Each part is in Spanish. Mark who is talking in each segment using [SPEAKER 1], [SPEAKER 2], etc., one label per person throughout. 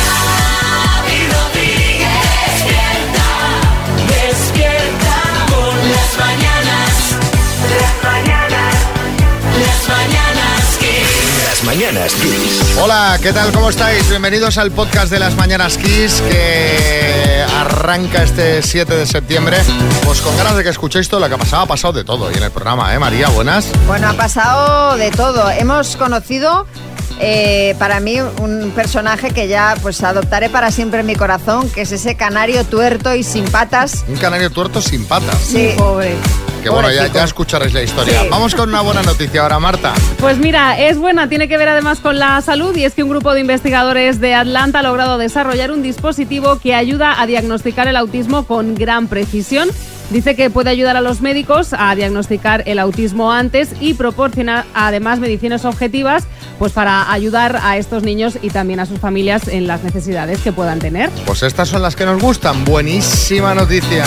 [SPEAKER 1] Xavi Rodríguez, despierta, despierta con las mañanas, las mañanas, las mañanas que...
[SPEAKER 2] Las mañanas Kiss.
[SPEAKER 3] Hola, ¿qué tal? ¿Cómo estáis? Bienvenidos al podcast de las Mañanas Kiss que arranca este 7 de septiembre. Pues con ganas de que escuchéis todo lo que ha pasado, ha pasado de todo. Y en el programa, ¿eh, María? Buenas.
[SPEAKER 4] Bueno, ha pasado de todo. Hemos conocido eh, para mí un personaje que ya pues adoptaré para siempre en mi corazón, que es ese canario tuerto y sin patas.
[SPEAKER 3] Un canario tuerto sin patas.
[SPEAKER 4] Sí, pobre.
[SPEAKER 3] Que bueno, ya, ya escucharéis la historia.
[SPEAKER 4] Sí.
[SPEAKER 3] Vamos con una buena noticia ahora, Marta.
[SPEAKER 5] Pues mira, es buena, tiene que ver además con la salud y es que un grupo de investigadores de Atlanta ha logrado desarrollar un dispositivo que ayuda a diagnosticar el autismo con gran precisión. Dice que puede ayudar a los médicos a diagnosticar el autismo antes y proporcionar además medicinas objetivas pues para ayudar a estos niños y también a sus familias en las necesidades que puedan tener.
[SPEAKER 3] Pues estas son las que nos gustan. Buenísima noticia.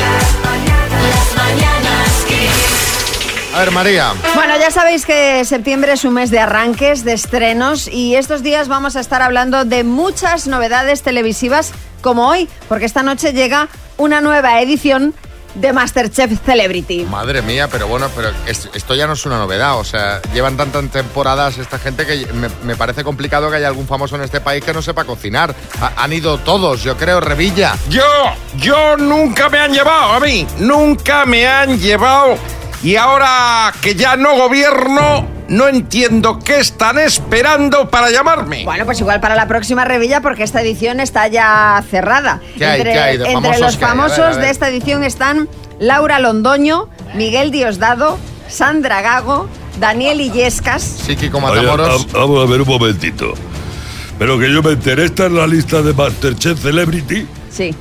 [SPEAKER 1] Las mañanas que...
[SPEAKER 3] A ver, María.
[SPEAKER 4] Bueno, ya sabéis que septiembre es un mes de arranques, de estrenos y estos días vamos a estar hablando de muchas novedades televisivas como hoy, porque esta noche llega una nueva edición de Masterchef Celebrity.
[SPEAKER 3] Madre mía, pero bueno, pero es- esto ya no es una novedad. O sea, llevan tantas temporadas esta gente que me, me parece complicado que haya algún famoso en este país que no sepa cocinar. Ha- han ido todos, yo creo, Revilla.
[SPEAKER 6] Yo, yo nunca me han llevado a mí, nunca me han llevado. Y ahora que ya no gobierno, no entiendo qué están esperando para llamarme.
[SPEAKER 4] Bueno, pues igual para la próxima revilla, porque esta edición está ya cerrada.
[SPEAKER 3] ¿Qué hay?
[SPEAKER 4] entre
[SPEAKER 3] ¿Qué hay de
[SPEAKER 4] entre
[SPEAKER 3] famosos
[SPEAKER 4] los
[SPEAKER 3] que hay? A ver,
[SPEAKER 4] famosos
[SPEAKER 3] a ver.
[SPEAKER 4] de esta edición están Laura Londoño, Miguel Diosdado, Sandra Gago, Daniel Illescas.
[SPEAKER 3] Psíquico
[SPEAKER 7] Oye,
[SPEAKER 3] Matamoros.
[SPEAKER 7] va- vamos a ver un momentito. Pero que yo me enteré, esta es la lista de Masterchef Celebrity.
[SPEAKER 4] Sí.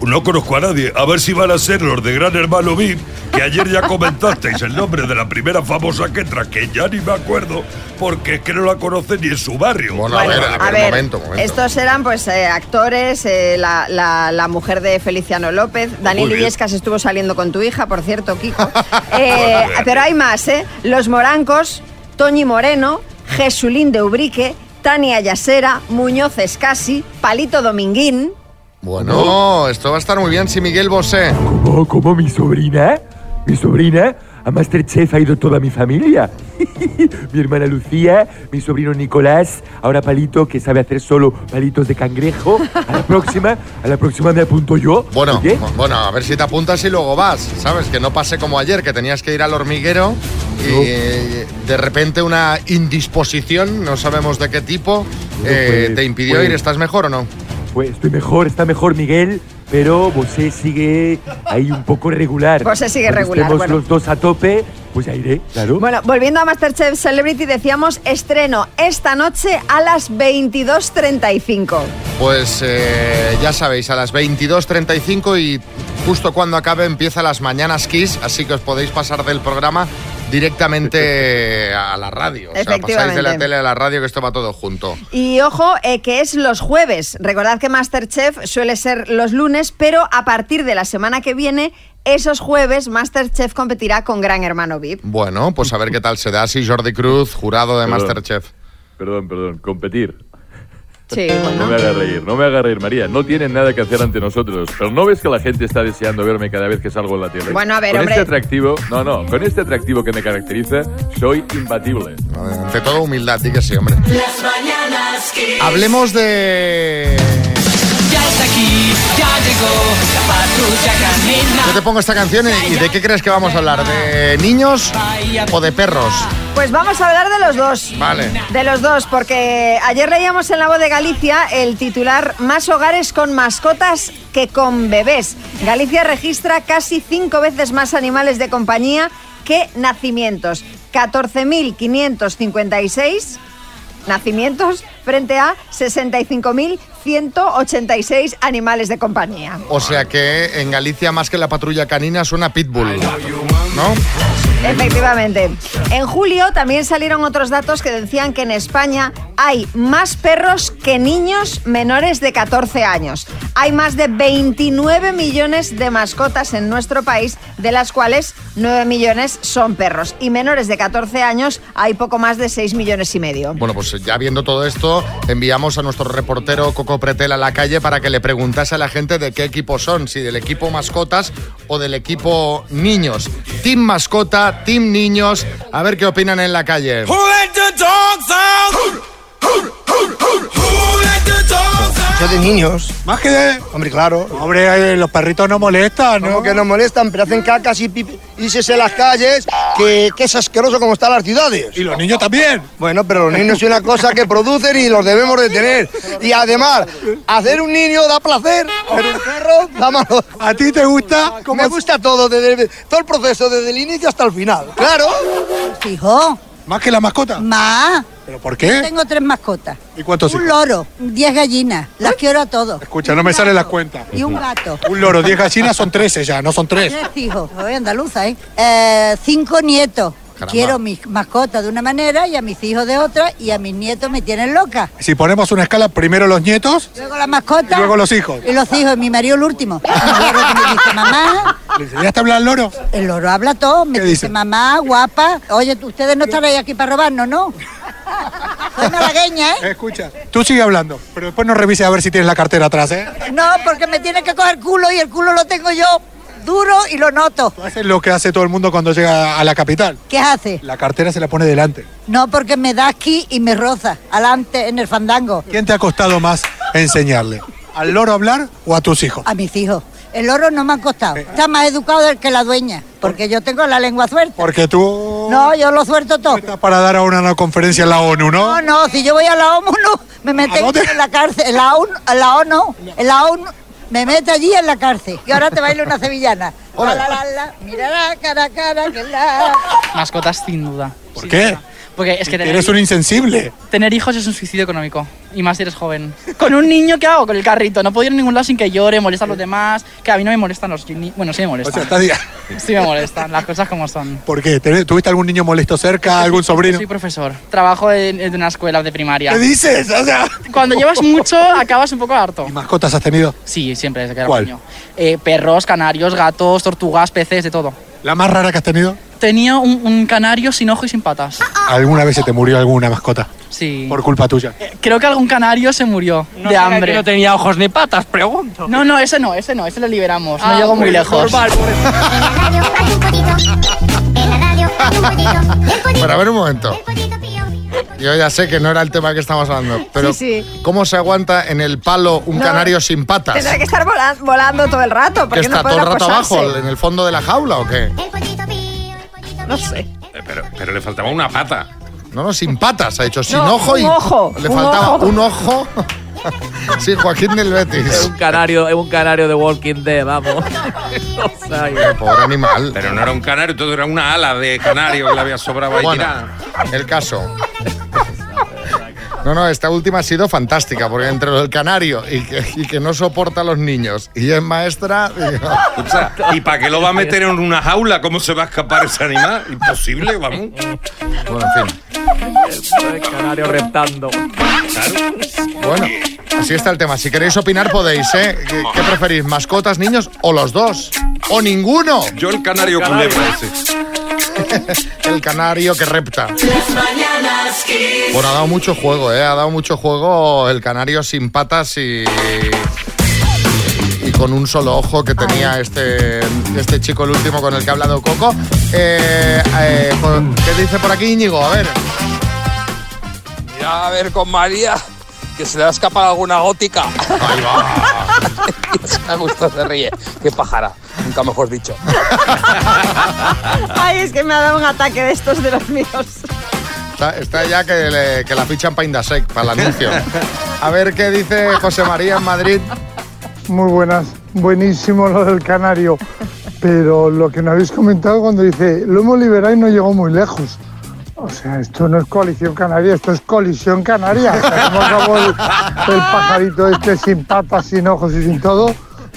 [SPEAKER 7] No conozco a nadie. A ver si van a ser los de Gran Hermano VIP, que ayer ya comentasteis el nombre de la primera famosa que entra, que ya ni me acuerdo, porque es que no la conoce ni en su barrio.
[SPEAKER 3] Bueno, a ver, a ver, momento, momento.
[SPEAKER 4] estos eran pues eh, actores, eh, la, la- la mujer de Feliciano López, Daniel
[SPEAKER 7] bien.
[SPEAKER 4] Illescas estuvo saliendo con tu hija, por cierto, Kiko. Eh, pero hay más, ¿eh? Los Morancos, Toñi Moreno, Jesulín de Ubrique, Tania Yasera, Muñoz Escasi, Palito Dominguín.
[SPEAKER 3] Bueno, esto va a estar muy bien si Miguel Bosé.
[SPEAKER 8] ¿Cómo? ¿Cómo? ¿Mi sobrina? ¿Mi sobrina? A Masterchef ha ido toda mi familia. mi hermana Lucía, mi sobrino Nicolás, ahora Palito, que sabe hacer solo palitos de cangrejo. A la próxima, a la próxima me apunto yo.
[SPEAKER 3] Bueno,
[SPEAKER 8] Oye,
[SPEAKER 3] bu- bueno, a ver si te apuntas y luego vas, ¿sabes? Que no pase como ayer, que tenías que ir al hormiguero y eh, de repente una indisposición, no sabemos de qué tipo, eh,
[SPEAKER 8] pues,
[SPEAKER 3] te impidió
[SPEAKER 8] pues.
[SPEAKER 3] ir. ¿Estás mejor o no?
[SPEAKER 8] Pues estoy mejor, está mejor Miguel, pero Bosé sigue ahí un poco regular.
[SPEAKER 4] Bosé sigue
[SPEAKER 8] Cuando
[SPEAKER 4] regular,
[SPEAKER 8] estemos
[SPEAKER 4] bueno.
[SPEAKER 8] los dos a tope, pues ya iré, claro.
[SPEAKER 4] Bueno, volviendo a Masterchef Celebrity, decíamos estreno esta noche a las 22.35.
[SPEAKER 3] Pues eh, ya sabéis, a las 22.35 y justo cuando acabe empieza las Mañanas Kiss, así que os podéis pasar del programa directamente a la radio. O sea, pasáis de la
[SPEAKER 4] Efectivamente.
[SPEAKER 3] tele a la radio que esto va todo junto.
[SPEAKER 4] Y ojo, eh, que es los jueves. Recordad que Masterchef suele ser los lunes, pero a partir de la semana que viene, esos jueves, Masterchef competirá con Gran Hermano VIP.
[SPEAKER 3] Bueno, pues a ver qué tal se da si Jordi Cruz, jurado de Masterchef.
[SPEAKER 9] Perdón, perdón, competir.
[SPEAKER 4] Sí,
[SPEAKER 9] No me haga reír, no me haga reír, María. No tienen nada que hacer ante nosotros. Pero no ves que la gente está deseando verme cada vez que salgo en la tele.
[SPEAKER 4] Bueno, a ver,
[SPEAKER 9] con
[SPEAKER 4] hombre.
[SPEAKER 9] Este atractivo, no, no, con este atractivo que me caracteriza, soy imbatible.
[SPEAKER 3] Ante todo, humildad, di que sí, hombre.
[SPEAKER 1] Las mañanas que...
[SPEAKER 3] Hablemos de...
[SPEAKER 1] Ya está aquí, ya llegó, la patrulla canina.
[SPEAKER 3] Yo te pongo esta canción y- y ¿de qué crees que vamos a hablar? ¿De niños o de perros?
[SPEAKER 4] Pues vamos a hablar de los dos.
[SPEAKER 3] Vale.
[SPEAKER 4] De los dos, porque ayer leíamos en La Voz de Galicia el titular Más hogares con mascotas que con bebés. Galicia registra casi cinco veces más animales de compañía que nacimientos. 14.556 nacimientos frente a 65.186 animales de compañía.
[SPEAKER 3] O sea que en Galicia más que la patrulla canina suena pitbull, ¿no?
[SPEAKER 4] Efectivamente. En julio también salieron otros datos que decían que en España hay más perros que niños menores de 14 años. hay más de 29 millones de mascotas en nuestro país, de las cuales 9 millones son perros. Y menores de 14 años hay poco más de 6 millones y medio.
[SPEAKER 3] Bueno, pues ya viendo todo esto, enviamos a nuestro reportero Coco Pretel a la calle para que le preguntase a la gente de qué equipo son, si del equipo mascotas o del equipo niños. Team mascota, team niños, a ver qué opinan en la calle.
[SPEAKER 10] Yo de niños. Más que de. Hombre, claro. Hombre, eh, los perritos no molestan, ¿no? que no molestan, pero hacen cacas y, pipi- y se en las calles, que, que es asqueroso como están las ciudades. Y los niños también. Bueno, pero los niños es una cosa que producen y los debemos de tener. Y además, hacer un niño da placer, pero un perro da malo. ¿A ti te gusta? Me gusta todo, desde, todo el proceso, desde el inicio hasta el final. Claro.
[SPEAKER 11] Fijo.
[SPEAKER 10] ¿Más que la mascota?
[SPEAKER 11] Más.
[SPEAKER 10] ¿Pero por qué?
[SPEAKER 11] Yo tengo tres mascotas.
[SPEAKER 10] ¿Y cuántos
[SPEAKER 11] Un
[SPEAKER 10] hijos? ¿Eh?
[SPEAKER 11] loro, diez gallinas. Las quiero a todos.
[SPEAKER 10] Escucha, no me salen las cuentas.
[SPEAKER 11] Y un gato.
[SPEAKER 10] Un loro, 10 gallinas son 13 ya, no son 3.
[SPEAKER 11] Tres hijos. Soy andaluza, ¿eh? Eh, Cinco nietos.
[SPEAKER 10] Caramba.
[SPEAKER 11] Quiero mis mascotas de una manera y a mis hijos de otra y a mis nietos me tienen loca.
[SPEAKER 10] Si ponemos una escala, primero los nietos.
[SPEAKER 11] Luego las mascotas.
[SPEAKER 10] Y luego los hijos.
[SPEAKER 11] Y los hijos. Mi marido el último. Mi loro que me dice mamá.
[SPEAKER 10] ¿Le enseñaste a hablar al loro?
[SPEAKER 11] El loro habla todo. Me
[SPEAKER 10] ¿Qué
[SPEAKER 11] dice?
[SPEAKER 10] dice?
[SPEAKER 11] mamá, guapa. Oye, tú- ustedes no estaréis aquí para robarnos, ¿no? Soy malagueña, ¿eh?
[SPEAKER 10] Escucha. Tú sigue hablando, pero después nos revises a ver si tienes la cartera atrás, ¿eh?
[SPEAKER 11] No, porque me tiene que coger culo y el culo lo tengo yo duro y lo noto.
[SPEAKER 10] Eso es lo que hace todo el mundo cuando llega a la capital.
[SPEAKER 11] ¿Qué hace?
[SPEAKER 10] La cartera se la pone delante.
[SPEAKER 11] No, porque me da aquí y me roza, adelante en el fandango.
[SPEAKER 10] ¿Quién te ha costado más enseñarle? ¿Al loro hablar o a tus hijos?
[SPEAKER 11] A mis hijos. El oro no me ha
[SPEAKER 10] Eh,
[SPEAKER 11] costado. Está más educado el que la dueña, porque yo tengo la lengua suelta.
[SPEAKER 10] Porque tú
[SPEAKER 11] No, yo lo suelto todo.
[SPEAKER 10] estás para dar a una conferencia en la ONU,
[SPEAKER 11] No,
[SPEAKER 10] ¿no?
[SPEAKER 11] no, si yo voy a la ONU, no, me meten
[SPEAKER 10] dónde?
[SPEAKER 11] en la cárcel, en la ONU, en la ONU, en la ONU, me mete allí en la cárcel. Y ahora te bailo una sevillana. La, la, la, la, mira la cara, cara, que la...
[SPEAKER 12] Mascotas, sin duda.
[SPEAKER 10] ¿Por qué?
[SPEAKER 12] Porque es que tener,
[SPEAKER 10] Eres un insensible.
[SPEAKER 12] tener hijos es un suicidio económico. Y más si eres joven. Con un niño, ¿qué hago? Con el carrito. No puedo ir a ningún lado sin que llore, molesta a los demás. Que a mí no me molestan los niños. Bueno, sí me
[SPEAKER 10] O sea,
[SPEAKER 12] molestan.
[SPEAKER 10] estás di-
[SPEAKER 12] Sí me molestan, las cosas como son.
[SPEAKER 10] ¿Por qué? ¿Te- ¿Tuviste algún niño molesto cerca, algún sobrino?
[SPEAKER 12] Soy profesor. Trabajo en, en una escuela de primaria.
[SPEAKER 10] ¿Qué dices? O sea,
[SPEAKER 12] Cuando llevas mucho, acabas un poco harto.
[SPEAKER 10] ¿mascotas has tenido?
[SPEAKER 12] Sí, siempre, desde que era
[SPEAKER 10] ¿Cuál?
[SPEAKER 12] niño. Eh, perros, canarios, gatos, tortugas, peces, de todo.
[SPEAKER 10] ¿La más rara que has tenido?
[SPEAKER 12] Tenía un, un canario sin ojo y sin patas.
[SPEAKER 10] ¿Alguna vez se te murió alguna mascota?
[SPEAKER 12] Sí.
[SPEAKER 10] Por culpa tuya.
[SPEAKER 12] Creo que algún canario se murió de hambre.
[SPEAKER 13] no tenía ojos ni patas, pregunto.
[SPEAKER 12] No, no, ese no, ese no, ese lo liberamos.
[SPEAKER 13] Ah,
[SPEAKER 12] no llegó muy lejos.
[SPEAKER 3] Pero a ver un momento. Yo ya sé que no era el tema que estamos hablando, pero
[SPEAKER 4] Sí, sí.
[SPEAKER 3] ¿cómo se aguanta en el palo un
[SPEAKER 4] No,
[SPEAKER 3] canario sin patas?
[SPEAKER 4] Tendrá que estar vola- volando todo el rato,
[SPEAKER 3] ¿Que
[SPEAKER 4] porque
[SPEAKER 3] está
[SPEAKER 4] no Eh,
[SPEAKER 3] todo
[SPEAKER 4] podrá
[SPEAKER 3] el rato
[SPEAKER 4] posarse.
[SPEAKER 3] abajo, en el fondo de la jaula o qué?
[SPEAKER 4] No sé.
[SPEAKER 14] Eh, Pero, pero le faltaba una pata.
[SPEAKER 3] No, no, sin patas, ha hecho sin
[SPEAKER 4] No,
[SPEAKER 3] ojo
[SPEAKER 4] un
[SPEAKER 3] y.
[SPEAKER 4] ojo,
[SPEAKER 3] le
[SPEAKER 4] un
[SPEAKER 3] faltaba
[SPEAKER 4] ojo.
[SPEAKER 3] un ojo. sí, Joaquín del
[SPEAKER 13] Es
[SPEAKER 3] Betis.
[SPEAKER 13] un canario, es un canario de Walking Dead, vamos. O sea,
[SPEAKER 3] Qué pobre animal.
[SPEAKER 14] Pero no era un canario, todo era una ala de canario que le había sobrado ahí
[SPEAKER 3] Bueno,
[SPEAKER 14] tirada.
[SPEAKER 3] el caso. No, no, esta última ha sido fantástica, porque entre lo del canario y que, y que no soporta a los niños y es maestra, digo,
[SPEAKER 14] Escucha, ¿y para qué lo va a meter en una jaula? ¿Cómo se va a escapar ese animal? Imposible, vamos.
[SPEAKER 3] bueno, en fin.
[SPEAKER 13] el canario reptando.
[SPEAKER 3] Bueno, así está el tema. Si queréis opinar podéis, ¿eh? ¿Qué, qué preferís, mascotas, niños o los dos? ¿O ninguno?
[SPEAKER 14] Yo el canario
[SPEAKER 13] Canario.
[SPEAKER 14] culebra ese.
[SPEAKER 3] El canario que repta. Bueno, ha dado mucho juego, ¿eh? Ha dado mucho juego el canario sin patas y... Y con un solo ojo que tenía este, este chico, el último con el que ha hablado Coco. Eh, eh, jo- ¿Qué dice por aquí Íñigo? A ver.
[SPEAKER 15] Mira a ver con María, que se le ha escapado alguna gótica.
[SPEAKER 3] Ahí va.
[SPEAKER 15] A gusto se ríe. Qué pájara, nunca mejor dicho.
[SPEAKER 4] Ay, es que me ha dado un ataque de estos de los míos.
[SPEAKER 3] Está, está ya que, le- que la fichan para Indasec, para el anuncio. A ver qué dice José María en Madrid.
[SPEAKER 16] Muy buenas, buenísimo lo del canario. Pero lo que no habéis comentado cuando dice, lo hemos liberado y no llegó muy lejos. O sea, esto no es coalición canaria, esto es colisión canaria. O sea, ¿Cómo acabó el, el pajarito este sin patas, sin ojos y sin todo?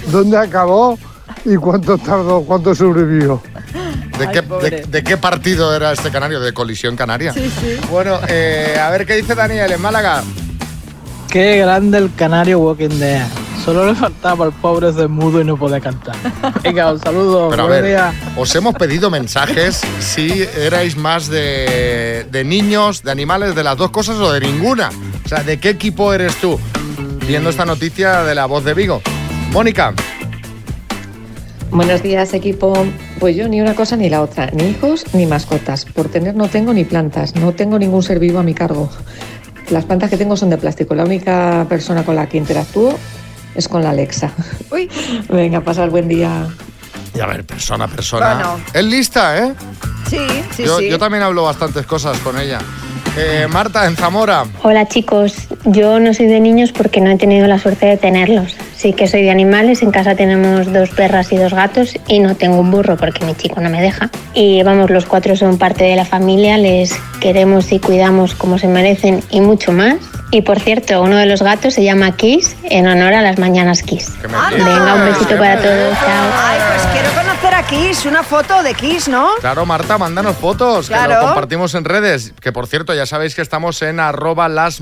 [SPEAKER 16] ¿Dónde acabó y cuánto tardó, cuánto sobrevivió?
[SPEAKER 3] ¿De, qué, de, de qué partido era este canario? ¿De Colisión Canaria? Sí, sí. Bueno, eh, a ver qué dice Daniel en Málaga.
[SPEAKER 12] Qué grande el canario Walking Dead.
[SPEAKER 17] Solo le faltaba al pobre de mudo y no podía cantar. Venga, un saludo.
[SPEAKER 3] Pero a
[SPEAKER 17] buen
[SPEAKER 3] ver,
[SPEAKER 17] día.
[SPEAKER 3] os hemos pedido mensajes si erais más de, de niños, de animales, de las dos cosas o de ninguna. O sea, ¿de qué equipo eres tú? Viendo esta noticia de la voz de Vigo. Mónica,
[SPEAKER 18] Buenos días, equipo. Pues yo ni una cosa ni la otra, ni hijos ni mascotas. Por tener no tengo ni plantas, no tengo ningún ser vivo a mi cargo. Las plantas que tengo son de plástico. La única persona con la que interactúo es con la Alexa. Uy. Venga, pasar buen día.
[SPEAKER 3] y a ver, persona, persona.
[SPEAKER 18] Bueno.
[SPEAKER 3] Es lista, ¿eh?
[SPEAKER 4] Sí,
[SPEAKER 3] yo, yo también hablo bastantes cosas con ella. Eh, Marta, en Zamora.
[SPEAKER 19] Hola chicos, yo no soy de niños porque no he tenido la suerte de tenerlos. Sí que soy de animales, en casa tenemos dos perras y dos gatos y no tengo un burro porque mi chico no me deja. Y vamos, los cuatro son parte de la familia, les queremos y cuidamos como se merecen y mucho más. Y por cierto, uno de los gatos se llama Kiss en honor a las mañanas Kiss. Venga, un besito para todos.
[SPEAKER 4] Ay, pues quiero conocer a Kiss, una foto de Kiss, ¿no?
[SPEAKER 3] Claro, Marta, mándanos fotos, que lo
[SPEAKER 4] Claro.
[SPEAKER 3] compartimos en redes. Que por cierto, ya sabéis que estamos en arroba las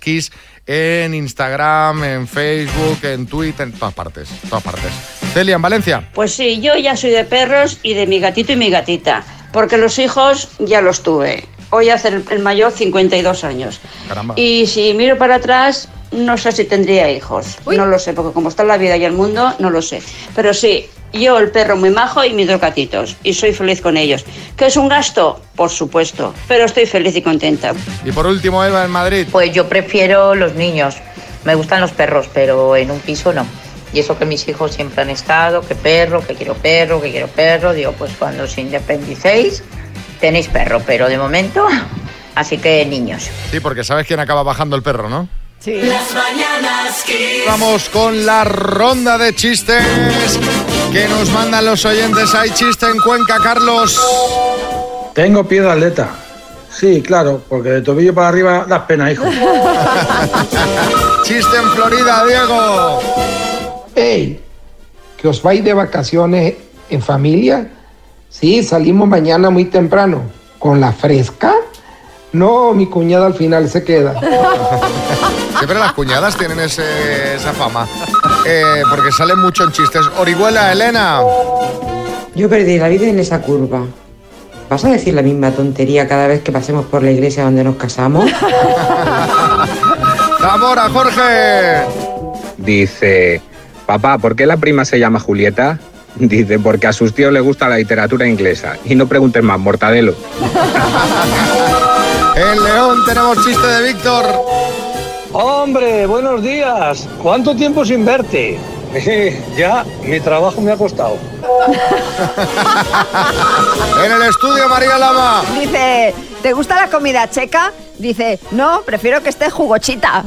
[SPEAKER 3] kiss en Instagram, en Facebook, en Twitter, en todas partes, en todas partes. Celia, en Valencia.
[SPEAKER 20] Pues sí, yo ya soy de perros y de mi gatito y mi gatita, porque los hijos ya los tuve. Hoy hace el el mayor 52 años.
[SPEAKER 3] Caramba.
[SPEAKER 20] Y si miro para atrás, no sé si tendría hijos. No lo sé, porque como está la vida y el mundo, no lo sé. Pero sí, yo el perro muy majo y mis dos gatitos. Y soy feliz con ellos. ¿Que es un gasto? Por supuesto. Pero estoy feliz y contenta.
[SPEAKER 3] Y por último, Eva, en Madrid.
[SPEAKER 21] Pues yo prefiero los niños. Me gustan los perros, pero en un piso no. Y eso que mis hijos siempre han estado, que perro, que quiero perro, que quiero perro. Digo, pues cuando os independicéis, tenéis perro, pero de momento, así que niños.
[SPEAKER 3] Sí, porque sabes quién acaba bajando el perro, ¿no?
[SPEAKER 1] Las mañanas Kiss.
[SPEAKER 3] Vamos con la ronda de chistes que nos mandan los oyentes. Hay chiste en Cuenca, Carlos.
[SPEAKER 17] Tengo pie de atleta. Sí, claro, porque de tobillo para arriba das pena, hijo.
[SPEAKER 3] Chiste en Florida, Diego.
[SPEAKER 22] ¡Ey! ¿Que os vais de vacaciones en familia? Sí, salimos mañana muy temprano. ¿Con la fresca? No, mi cuñada al final se queda.
[SPEAKER 3] Siempre las cuñadas tienen ese- esa fama. Eh, porque salen mucho en chistes. Orihuela, Elena.
[SPEAKER 23] Yo perdí la vida en esa curva. ¿Vas a decir la misma tontería cada vez que pasemos por la iglesia donde nos casamos?
[SPEAKER 3] Zamora, Jorge.
[SPEAKER 24] Dice, papá, ¿por qué la prima se llama Julieta? Dice, porque a sus tíos le gusta la literatura inglesa. Y no preguntes más, mortadelo.
[SPEAKER 3] En León tenemos chiste de Víctor.
[SPEAKER 17] Hombre, buenos días. ¿Cuánto tiempo sin verte? ya, mi trabajo me ha costado.
[SPEAKER 3] En el estudio, María Lama.
[SPEAKER 4] Dice, ¿te gusta la comida checa? Dice, no, prefiero que esté jugochita.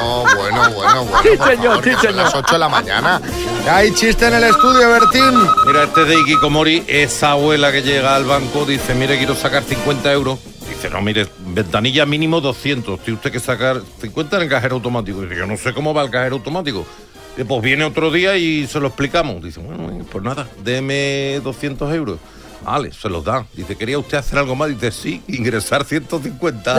[SPEAKER 3] Oh, bueno, bueno, bueno. Sí, señor, sí, señor. las 8 de la mañana. Hay chiste en el estudio, Bertín.
[SPEAKER 6] Mira, este de Ikikomori, esa abuela que llega al banco, dice, mire, quiero sacar 50 euros. Dice, no, mire, ventanilla mínimo 200. Tiene usted que sacar 50 en el cajero automático. Dice, yo no sé cómo va el cajero automático. Dice, pues viene otro día y se lo explicamos. Dice, bueno, bueno, pues nada, deme 200 euros. Vale, se los da. Dice, ¿quería usted hacer algo más? Dice, sí, ingresar 150.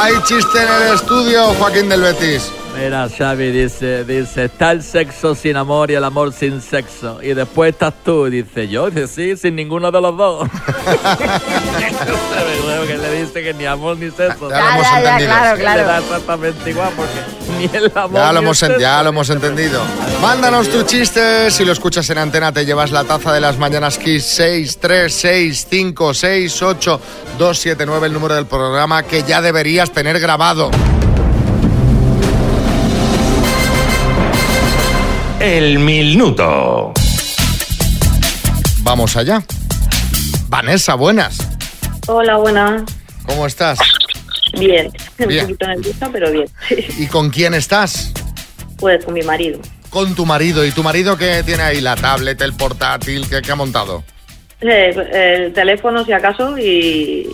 [SPEAKER 3] Hay chiste en el estudio, Joaquín del Betis.
[SPEAKER 13] Mira, Xavi dice, dice, está el sexo sin amor y el amor sin sexo. Y después estás tú, dice yo, dice sí, sin ninguno de los dos. que le dice que ni amor ni sexo.
[SPEAKER 3] Ya lo hemos Ya, ya, ya, entendido. claro,
[SPEAKER 13] Le
[SPEAKER 3] claro.
[SPEAKER 13] da exactamente igual porque ni el amor
[SPEAKER 3] Ya lo,
[SPEAKER 13] ni
[SPEAKER 3] hemos,
[SPEAKER 13] el
[SPEAKER 3] en- ya
[SPEAKER 13] sexo.
[SPEAKER 3] lo hemos entendido. Mándanos tu chiste. Si lo escuchas en antena, te llevas la taza de las mañanas Kiss 636568279, el número del programa que ya deberías tener grabado.
[SPEAKER 6] El minuto.
[SPEAKER 3] Vamos allá. Vanessa, buenas.
[SPEAKER 25] Hola, buenas.
[SPEAKER 3] ¿Cómo estás?
[SPEAKER 25] Bien.
[SPEAKER 3] Bien.
[SPEAKER 25] Un poquito nerviosa, Pues pero bien.
[SPEAKER 3] ¿Y con quién estás?
[SPEAKER 25] Pues con mi marido.
[SPEAKER 3] Con tu marido. ¿Y tu marido qué tiene ahí? ¿La tablet, el portátil? ¿Qué, qué ha montado?
[SPEAKER 25] Eh, el teléfono, si acaso, y,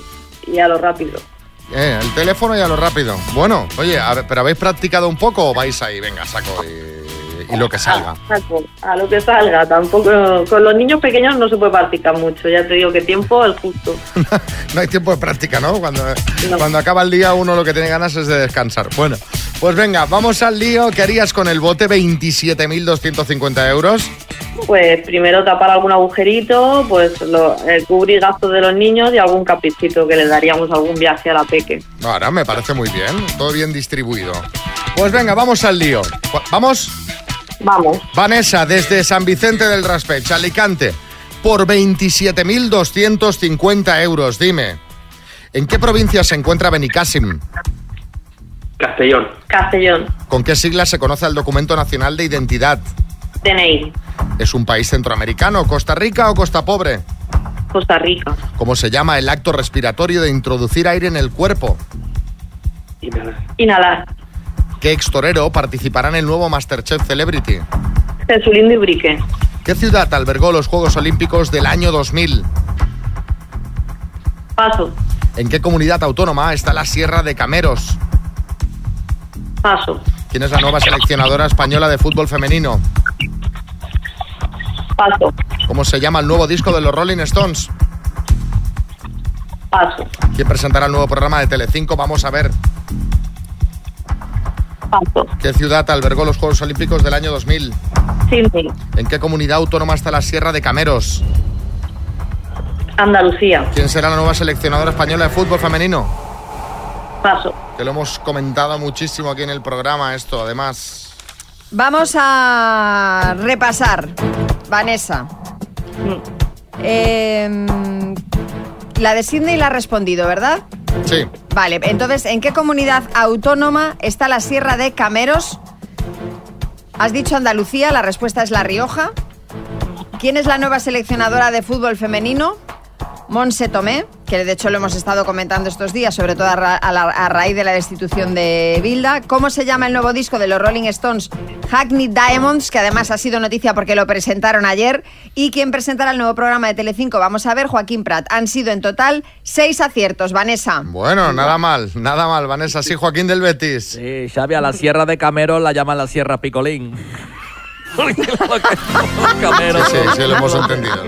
[SPEAKER 25] y a lo rápido.
[SPEAKER 3] Eh, el teléfono y a lo rápido. Bueno, oye, a ver, ¿pero habéis practicado un poco o vais ahí? Venga, saco y, y y lo que salga.
[SPEAKER 25] Saco, a lo que salga, tampoco. Con los niños pequeños no se puede practicar mucho, ya te digo que tiempo el justo.
[SPEAKER 3] No hay tiempo de práctica, ¿no? Cuando, cuando acaba el día uno lo que tiene ganas es de descansar. Bueno, pues venga, vamos al lío. ¿Qué harías con el bote? 27.250 euros.
[SPEAKER 25] Pues primero tapar algún agujerito, pues lo- eh, cubrir gastos de los niños y algún caprichito que le daríamos a algún viaje a la peque.
[SPEAKER 3] Ahora me parece muy bien, todo bien distribuido. Pues venga, vamos al lío. Cu- ¿Vamos?
[SPEAKER 25] Vamos.
[SPEAKER 3] Vanessa, desde San Vicente del Raspech, Alicante, por 27.250 euros, dime. ¿En qué provincia se encuentra Benicassim?
[SPEAKER 26] Castellón.
[SPEAKER 25] Castellón,
[SPEAKER 3] ¿Con qué sigla se conoce el Documento Nacional de Identidad?
[SPEAKER 25] DNI,
[SPEAKER 3] ¿Es un país centroamericano, Costa Rica o Costa Pobre?
[SPEAKER 25] Costa Rica,
[SPEAKER 3] ¿Cómo se llama el acto respiratorio de introducir aire en el cuerpo?
[SPEAKER 25] inhalar,
[SPEAKER 3] ¿Qué extorero participará en el nuevo Masterchef Celebrity?
[SPEAKER 25] Jesulín y Brique,
[SPEAKER 3] ¿Qué ciudad albergó los Juegos Olímpicos del año 2000?
[SPEAKER 25] paso,
[SPEAKER 3] ¿En qué comunidad autónoma está la Sierra de Cameros?
[SPEAKER 25] paso,
[SPEAKER 3] ¿Quién es la nueva seleccionadora española de fútbol femenino?
[SPEAKER 25] paso,
[SPEAKER 3] ¿Cómo se llama el nuevo disco de los Rolling Stones?
[SPEAKER 25] paso,
[SPEAKER 3] ¿Quién presentará el nuevo programa de Telecinco? Vamos a ver. ¿Qué ciudad albergó los Juegos Olímpicos del año 2000?
[SPEAKER 25] Sydney,
[SPEAKER 3] ¿En qué comunidad autónoma está la Sierra de Cameros?
[SPEAKER 25] Andalucía,
[SPEAKER 3] ¿Quién será la nueva seleccionadora española de fútbol femenino?
[SPEAKER 25] paso.
[SPEAKER 3] Que lo hemos comentado muchísimo aquí en el programa esto, además.
[SPEAKER 4] Vamos a repasar, Vanessa.
[SPEAKER 25] Mm.
[SPEAKER 4] Em, la de Sydney la ha respondido, ¿verdad?
[SPEAKER 3] Sí.
[SPEAKER 4] Vale, entonces, ¿en qué comunidad autónoma está la Sierra de Cameros? Has dicho Andalucía, la respuesta es La Rioja. ¿Quién es la nueva seleccionadora de fútbol femenino? Monse Tomé, que de hecho lo hemos estado comentando estos días, sobre todo a, ra- a la- a raíz de la destitución de Bilda. ¿Cómo se llama el nuevo disco de los Rolling Stones? Hackney Diamonds, que además ha sido noticia porque lo presentaron ayer. ¿Y quién presentará el nuevo programa de Telecinco? Vamos a ver, Joaquín Prat. Han sido en total seis aciertos, Vanessa.
[SPEAKER 3] Bueno, nada mal, nada mal, Vanessa. Sí, Joaquín del Betis.
[SPEAKER 13] Sí, Xavi, a la Sierra de Cameros la llaman la Sierra Picolín. Cameros.
[SPEAKER 3] Sí, sí, lo hemos entendido.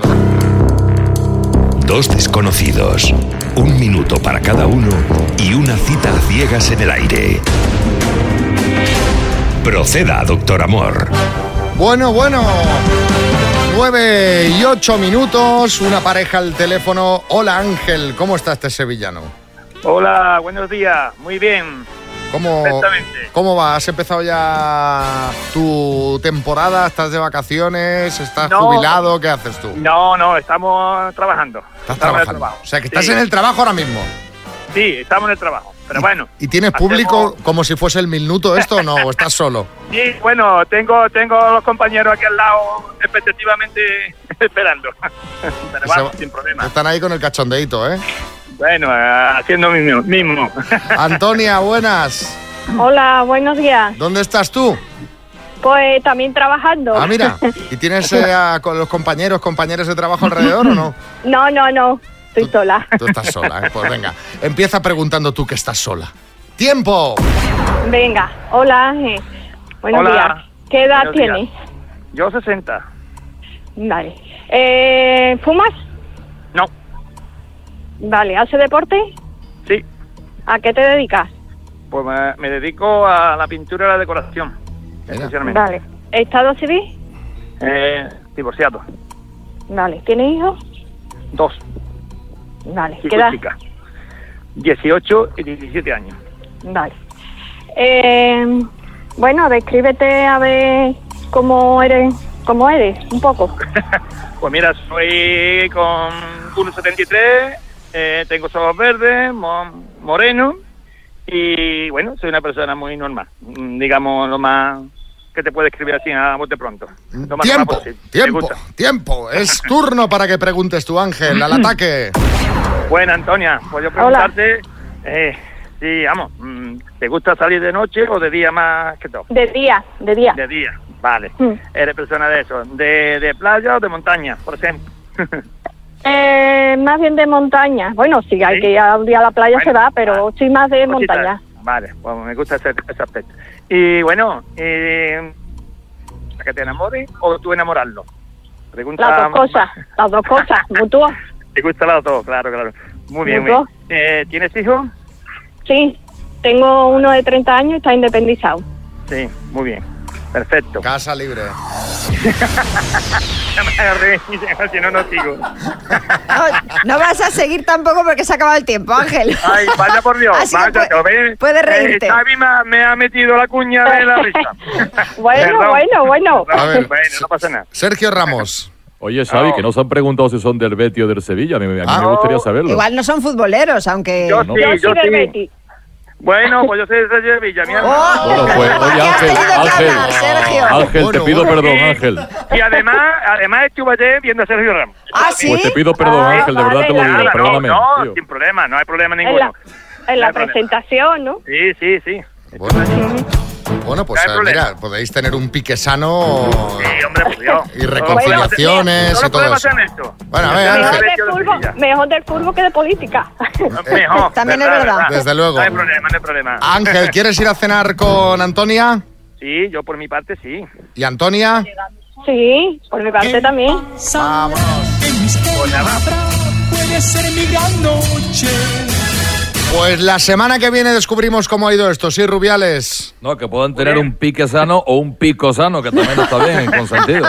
[SPEAKER 27] Dos desconocidos, un minuto para cada uno y una cita a ciegas en el aire. Proceda, doctor amor.
[SPEAKER 3] Bueno, bueno. 9 y 8 minutos, una pareja al teléfono. Hola Ángel, ¿cómo está este sevillano?
[SPEAKER 26] Hola, buenos días. Muy bien.
[SPEAKER 3] ¿Cómo,
[SPEAKER 26] Perfectamente.
[SPEAKER 3] ¿Cómo va? ¿Has empezado ya tu temporada? ¿Estás de vacaciones? ¿Estás
[SPEAKER 26] No.
[SPEAKER 3] jubilado? ¿Qué haces tú?
[SPEAKER 26] No, no, estamos trabajando.
[SPEAKER 3] Estás
[SPEAKER 26] Estamos en el
[SPEAKER 3] trabajando.
[SPEAKER 26] trabajo.
[SPEAKER 3] O sea, que
[SPEAKER 26] Sí.
[SPEAKER 3] estás en el trabajo ahora mismo.
[SPEAKER 26] Sí, estamos en el trabajo. Pero bueno.
[SPEAKER 3] ¿Y tienes
[SPEAKER 26] hacemos-
[SPEAKER 3] público como si fuese el minuto esto o no? ¿O estás solo?
[SPEAKER 26] Sí, bueno, tengo, tengo a los compañeros aquí al lado expectativamente esperando. Pero vamos, sin problema.
[SPEAKER 3] Están ahí con el cachondeito, ¿eh?
[SPEAKER 26] Bueno, eh, haciendo mi mismo.
[SPEAKER 3] Antonia, buenas.
[SPEAKER 28] Hola, buenos días.
[SPEAKER 3] ¿Dónde estás tú?
[SPEAKER 28] Pues también trabajando.
[SPEAKER 3] Ah, mira. ¿Y tienes eh, a con los compañeros, compañeras de trabajo alrededor o no?
[SPEAKER 28] No, no, no. Estoy sola.
[SPEAKER 3] Tú estás sola, ¿eh? Pues venga, empieza preguntando tú que estás sola. ¡Tiempo!
[SPEAKER 28] Venga. Hola, Ángel. Buenos
[SPEAKER 26] Hola.
[SPEAKER 28] días. ¿Qué edad
[SPEAKER 26] Buenos días.
[SPEAKER 28] tienes?
[SPEAKER 26] Yo 60.
[SPEAKER 28] Vale. Eh, ¿Fumas?
[SPEAKER 26] No.
[SPEAKER 28] Vale. ¿Hace deporte?
[SPEAKER 26] Sí.
[SPEAKER 28] ¿A qué te dedicas?
[SPEAKER 26] Pues me, me dedico a la pintura y la decoración. Especialmente.
[SPEAKER 28] Vale. ¿Estado civil?
[SPEAKER 26] Eh, divorciado.
[SPEAKER 28] Vale. ¿Tienes hijos?
[SPEAKER 26] Dos.
[SPEAKER 28] Vale.
[SPEAKER 26] Chico
[SPEAKER 28] ¿Qué edad?
[SPEAKER 26] y chica. 18 y 17 años.
[SPEAKER 28] Vale. Eh, bueno, descríbete a ver cómo eres, cómo eres, un poco.
[SPEAKER 26] Pues mira, soy con 1,73, eh, tengo ojos verdes, mo- moreno y bueno, soy una persona muy normal. Mm, Digamos lo más que te puede escribir así a bote pronto. Lo más normal
[SPEAKER 3] ¡Tiempo!
[SPEAKER 26] posible. Me
[SPEAKER 3] ¡Tiempo!
[SPEAKER 26] gusta.
[SPEAKER 3] ¡Tiempo! Es turno para que preguntes tú, Ángel, al ataque.
[SPEAKER 26] Bueno, Antonia, pues yo preguntarte, eh, sí, vamos, mm, ¿te gusta salir de noche o de día más que todo?
[SPEAKER 28] De día, de día.
[SPEAKER 26] De día, vale.
[SPEAKER 28] Mm.
[SPEAKER 26] ¿Eres persona de eso? ¿De, de playa o de montaña, por ejemplo?
[SPEAKER 28] Eh, más bien de montaña. Bueno, si hay que ir a un día a la playa se va, pero soy más de
[SPEAKER 26] Cositas.
[SPEAKER 28] montaña.
[SPEAKER 26] Vale, pues me gusta ese, ese aspecto. Y bueno, eh, que te enamore o tú enamorarlo? Pregunta
[SPEAKER 28] Las dos cosas, las dos cosas, mutuo.
[SPEAKER 26] ¿Te gusta las dos? Claro, claro. Muy bien, muy
[SPEAKER 28] Las
[SPEAKER 26] bien. Eh, ¿Tienes hijos?
[SPEAKER 28] Sí, tengo uno de 30 años y está independizado.
[SPEAKER 26] Sí, muy bien. Perfecto.
[SPEAKER 3] Casa libre.
[SPEAKER 26] si no, no sigo.
[SPEAKER 4] Oh, No vas a seguir tampoco porque se ha acabado el tiempo, Ángel.
[SPEAKER 26] Ay, vaya por Dios.
[SPEAKER 4] Así que
[SPEAKER 26] vaya,
[SPEAKER 4] puede-
[SPEAKER 26] ¿lo ves? Eh,
[SPEAKER 4] puedes reírte.
[SPEAKER 26] Xavi me, ha- me ha metido la cuña de la risa.
[SPEAKER 28] Bueno,
[SPEAKER 26] Perdón.
[SPEAKER 28] bueno, bueno.
[SPEAKER 3] A ver,
[SPEAKER 26] bueno, no pasa nada.
[SPEAKER 3] Sergio Ramos.
[SPEAKER 13] Oye, Xavi, que nos han preguntado si son del Betty o del Sevilla. A mí, a mí
[SPEAKER 3] Ah, oh.
[SPEAKER 13] me gustaría saberlo.
[SPEAKER 4] Igual no son futboleros, aunque.
[SPEAKER 13] Yo sí, Yo yo soy del sí. Betis.
[SPEAKER 26] Bueno, pues yo soy de Sevilla Villa, mi hermano.
[SPEAKER 4] Oh.
[SPEAKER 13] Bueno, pues, oye, Ángel, Ángel, Ángel, te pido perdón, Ángel.
[SPEAKER 26] Y además, además estuve ayer viendo a Sergio Ramos.
[SPEAKER 4] Ah,
[SPEAKER 13] Pues te pido perdón, Ángel, de verdad te lo digo,
[SPEAKER 26] Nada,
[SPEAKER 13] perdóname.
[SPEAKER 26] No,
[SPEAKER 13] tío.
[SPEAKER 26] no, sin problema, no hay problema
[SPEAKER 28] En
[SPEAKER 26] ninguno.
[SPEAKER 28] la, en
[SPEAKER 26] No
[SPEAKER 28] la
[SPEAKER 26] hay problema.
[SPEAKER 28] presentación, ¿no?
[SPEAKER 26] Sí, sí, sí.
[SPEAKER 3] Bueno, pues eh, mira, podéis tener un pique sano y
[SPEAKER 28] Bueno,
[SPEAKER 3] reconciliaciones
[SPEAKER 28] mira,
[SPEAKER 3] y todo
[SPEAKER 28] todos los
[SPEAKER 3] eso.
[SPEAKER 28] problemas
[SPEAKER 3] Bueno, a ver, a
[SPEAKER 28] Mejor
[SPEAKER 3] ver.
[SPEAKER 28] del fútbol, mejor del fútbol que de política.
[SPEAKER 3] Mejor, También es verdad, verdad. verdad. Desde luego.
[SPEAKER 26] No hay problema, no hay problema.
[SPEAKER 3] Ángel, ¿quieres ir a cenar con Antonia?
[SPEAKER 26] Sí, yo por mi parte sí.
[SPEAKER 3] ¿Y Antonia?
[SPEAKER 28] Sí, por mi parte también.
[SPEAKER 3] Vamos.
[SPEAKER 1] Puede ser mi gran noche.
[SPEAKER 3] Pues la semana que viene descubrimos cómo ha ido esto, ¿sí, Rubiales?
[SPEAKER 13] No, que puedan tener un pique sano o un pico sano, que también está bien, consentido.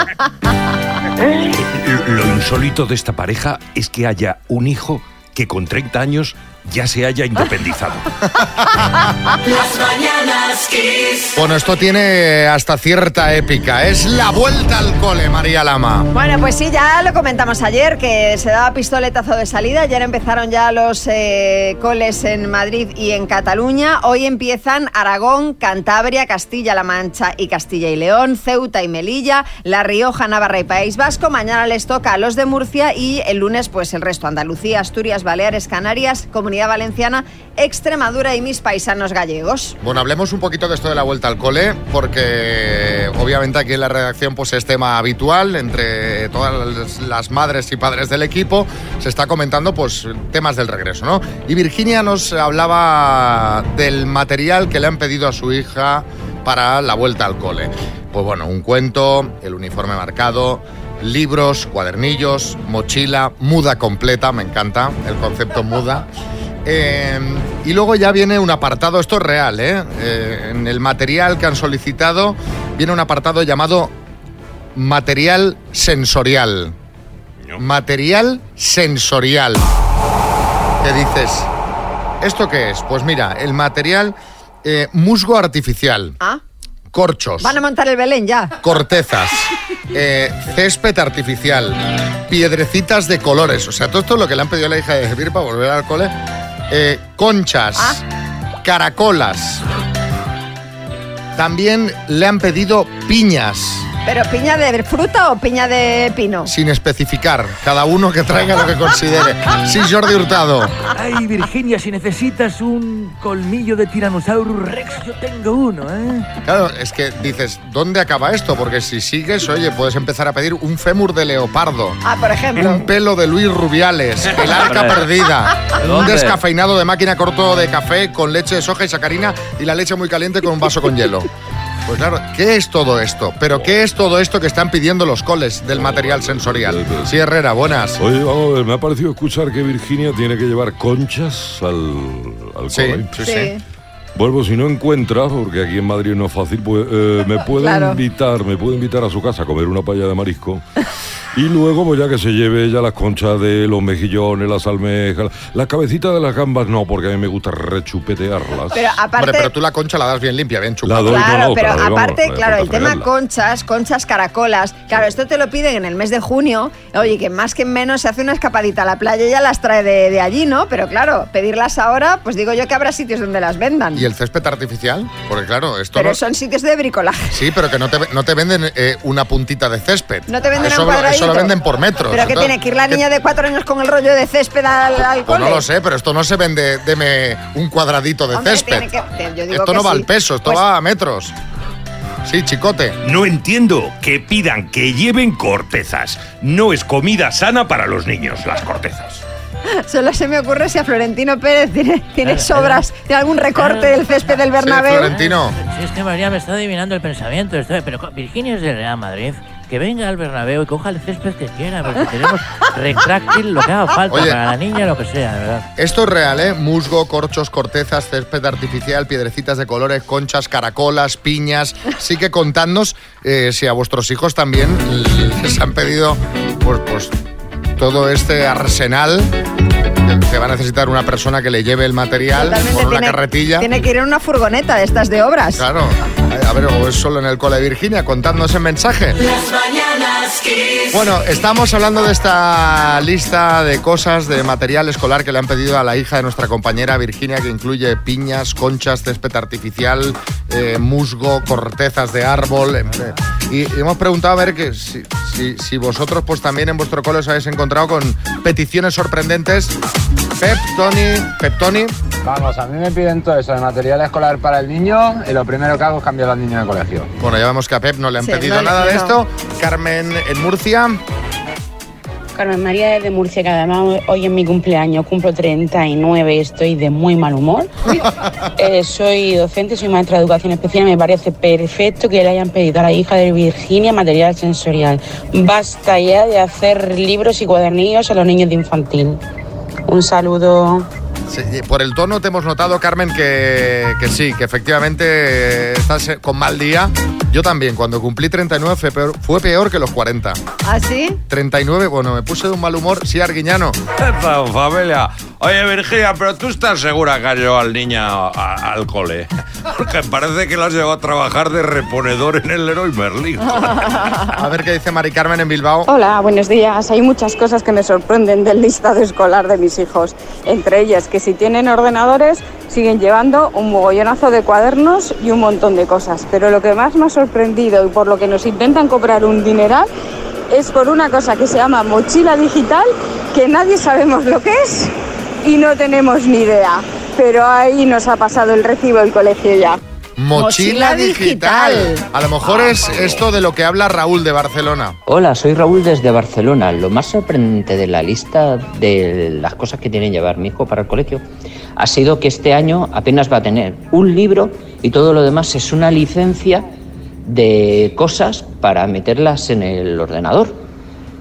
[SPEAKER 27] Lo insólito de esta pareja es que haya un hijo que con 30 años ya se haya independizado.
[SPEAKER 1] Las mañanas Kiss.
[SPEAKER 3] Bueno, esto tiene hasta cierta épica. Es la vuelta al cole, María Lama.
[SPEAKER 4] Bueno, pues sí, ya lo comentamos ayer, que se daba pistoletazo de salida. Ayer empezaron ya los eh, coles en Madrid y en Cataluña. Hoy empiezan Aragón, Cantabria, Castilla-La Mancha y Castilla y León, Ceuta y Melilla, La Rioja, Navarra y País Vasco. Mañana les toca a los de Murcia y el lunes, pues el resto: Andalucía, Asturias, Baleares, Canarias, Comunidad Valenciana, Extremadura y mis paisanos gallegos.
[SPEAKER 3] Bueno, hablemos un poquito de esto de la vuelta al cole, porque obviamente aquí en la redacción pues es tema habitual entre todas las madres y padres del equipo. Se está comentando pues temas del regreso, ¿no? Y Virginia nos hablaba del material que le han pedido a su hija para la vuelta al cole. Pues bueno, un cuento, el uniforme marcado, libros, cuadernillos, mochila, muda completa, me encanta el concepto muda. Eh, y luego ya viene un apartado, esto es real, ¿eh? Eh, en el material que han solicitado viene un apartado llamado material sensorial. Material sensorial. ¿Qué dices? ¿Esto qué es? Pues mira, el material eh, musgo artificial.
[SPEAKER 4] Ah.
[SPEAKER 3] Corchos
[SPEAKER 4] Van a montar el Belén ya.
[SPEAKER 3] cortezas, eh, césped artificial, piedrecitas de colores. O sea, todo esto es lo que le han pedido a la hija de Vir para volver al cole. Eh, conchas, caracolas. También le han pedido piñas,
[SPEAKER 4] ¿Pero piña de fruta o piña de pino?
[SPEAKER 3] sin especificar. Cada uno que traiga lo que considere. Sí, Jordi Hurtado.
[SPEAKER 10] Ay, Virginia, si necesitas un colmillo de Tyrannosaurus Rex, yo tengo uno, ¿eh?
[SPEAKER 3] Claro, es que dices, ¿dónde acaba esto? Porque si sigues, oye, puedes empezar a pedir un fémur de leopardo.
[SPEAKER 4] Ah, por ejemplo.
[SPEAKER 3] Un pelo de Luis Rubiales, el arca
[SPEAKER 10] Hombre.
[SPEAKER 3] perdida.
[SPEAKER 10] ¿De
[SPEAKER 3] Un
[SPEAKER 10] dónde?
[SPEAKER 3] descafeinado de máquina corto de café con leche de soja y sacarina y la leche muy caliente con un vaso con hielo. Pues claro, ¿qué es todo esto? ¿Pero qué es todo esto que están pidiendo los coles del material sensorial? Sí, Herrera, buenas.
[SPEAKER 14] Oye, vamos a ver, me ha parecido escuchar que Virginia tiene que llevar conchas al, al cole. Vuelvo, si no encuentra, porque aquí en Madrid no es fácil, pues, eh, me puede
[SPEAKER 10] Claro.
[SPEAKER 14] invitar, me puede invitar a su casa a comer una paella de marisco. Y luego, pues ya que se lleve ella las conchas de los mejillones, las almejas, las cabecitas de las gambas, no, porque a mí me gusta rechupetearlas.
[SPEAKER 4] Pero aparte- Hombre, pero tú
[SPEAKER 3] la concha la das bien limpia, bien chupada.
[SPEAKER 14] La doy,
[SPEAKER 4] Claro,
[SPEAKER 14] no, no,
[SPEAKER 4] pero
[SPEAKER 14] te la doy, vamos,
[SPEAKER 4] aparte,
[SPEAKER 14] no hace
[SPEAKER 4] claro, el
[SPEAKER 14] falta
[SPEAKER 4] tema
[SPEAKER 14] fregarla.
[SPEAKER 4] conchas, conchas caracolas, claro, esto te lo piden en el mes de junio, oye, que más que menos se hace una escapadita a la playa y ya las trae de, de allí, ¿no? Pero claro, pedirlas ahora, pues digo yo que habrá sitios donde las vendan.
[SPEAKER 3] ¿Y el césped artificial? Porque claro, esto
[SPEAKER 4] Pero
[SPEAKER 3] no-
[SPEAKER 4] son sitios de bricolaje.
[SPEAKER 3] Sí, pero que no te, no te venden eh, una puntita de césped.
[SPEAKER 4] No te venden
[SPEAKER 3] eso,
[SPEAKER 4] un
[SPEAKER 3] lo- Eso
[SPEAKER 4] cuadradito.
[SPEAKER 3] lo venden por metros.
[SPEAKER 4] Pero que
[SPEAKER 3] Entonces,
[SPEAKER 4] tiene que ir la niña de cuatro años con el rollo de césped al, al
[SPEAKER 3] Pues no
[SPEAKER 4] cole?
[SPEAKER 3] lo sé, pero esto no se vende, deme un cuadradito de
[SPEAKER 4] Hombre,
[SPEAKER 3] césped.
[SPEAKER 4] tiene que- yo digo
[SPEAKER 3] Esto
[SPEAKER 4] que
[SPEAKER 3] no va
[SPEAKER 4] sí.
[SPEAKER 3] al peso, esto
[SPEAKER 4] Pues-
[SPEAKER 3] va a metros. Sí, chicote.
[SPEAKER 27] No entiendo que pidan que lleven cortezas. No es comida sana para los niños, las cortezas.
[SPEAKER 4] Solo se me ocurre si a Florentino Pérez tiene,
[SPEAKER 3] Eh,
[SPEAKER 4] tiene sobras de algún recorte del césped del Bernabéu.
[SPEAKER 29] Si es que María me está adivinando el pensamiento. estoy- pero co- Virginia es del Real Madrid. Que venga al Bernabéu y coja el césped que quiera, porque tenemos retráctil lo que haga falta
[SPEAKER 3] Oye.
[SPEAKER 29] para la niña, lo que sea, de verdad.
[SPEAKER 3] Esto es real, ¿eh? Musgo, corchos, cortezas, césped artificial, piedrecitas de colores, conchas, caracolas, piñas. Sí que contadnos eh, si a vuestros hijos también les han pedido pues, pues, todo este arsenal que va a necesitar una persona que le lleve el material
[SPEAKER 4] Totalmente
[SPEAKER 3] por una
[SPEAKER 4] tiene-
[SPEAKER 3] carretilla.
[SPEAKER 4] Tiene que ir en una furgoneta de estas de obras.
[SPEAKER 3] Claro. A ver, o es solo en el cole Virginia, contadnos el mensaje.
[SPEAKER 1] mañanas Kiss.
[SPEAKER 3] Bueno, estamos hablando de esta lista de cosas, de material escolar que le han pedido a la hija de nuestra compañera Virginia, que incluye piñas, conchas, césped artificial, eh, musgo, cortezas de árbol. en- eh, Y hemos preguntado a ver que si, si- si vosotros pues también en vuestro cole os habéis encontrado con peticiones sorprendentes. Pep, Tony, Pep, Tony.
[SPEAKER 11] Vamos, a mí me piden todo eso de material escolar para el niño y lo primero que hago es cambiar al niño de colegio.
[SPEAKER 3] Bueno, ya vemos que a Pep no le han
[SPEAKER 11] Sí,
[SPEAKER 3] pedido
[SPEAKER 11] no le
[SPEAKER 3] nada de esto.
[SPEAKER 11] pidieron.
[SPEAKER 3] Carmen en Murcia.
[SPEAKER 15] Carmen María es de Murcia, que además hoy es mi cumpleaños, cumplo 39 y estoy de muy mal humor. Eh, soy docente, soy maestra de educación especial y me parece perfecto que le hayan pedido a la hija de Virginia material sensorial. Basta ya de hacer libros y cuadernillos a los niños de infantil. Un saludo.
[SPEAKER 3] Sí, y por el tono te hemos notado, Carmen, que, que sí, que efectivamente eh, estás eh, con mal día. Yo también, cuando cumplí 39 fue peor, fue peor que los 40.
[SPEAKER 4] ¿Ah, sí?
[SPEAKER 3] 39, bueno, me puse de un mal humor, sí, Arguiñano.
[SPEAKER 6] Esta familia. Oye, Virginia, pero tú estás segura que has llevado al niño a- al cole. Porque parece que lo has llevado a trabajar de reponedor en el Leroy Merlin.
[SPEAKER 3] A ver qué dice Mari Carmen en Bilbao.
[SPEAKER 16] Hola, buenos días. Hay muchas cosas que me sorprenden del listado escolar de mis hijos. Entre ellas que si tienen ordenadores siguen llevando un mogollonazo de cuadernos y un montón de cosas. Pero lo que más me ha sorprendido y por lo que nos intentan cobrar un dineral es por una cosa que se llama mochila digital que nadie sabemos lo que es y no tenemos ni idea. Pero ahí nos ha pasado el recibo el colegio ya.
[SPEAKER 3] Mochila
[SPEAKER 16] Mochila
[SPEAKER 3] digital.
[SPEAKER 16] digital.
[SPEAKER 3] A lo mejor es esto de lo que habla Raúl de Barcelona.
[SPEAKER 30] Hola, soy Raúl desde Barcelona. Lo más sorprendente de la lista de las cosas que tiene que llevar mi hijo para el colegio ha sido que este año apenas va a tener un libro y todo lo demás es una licencia de cosas para meterlas en el ordenador.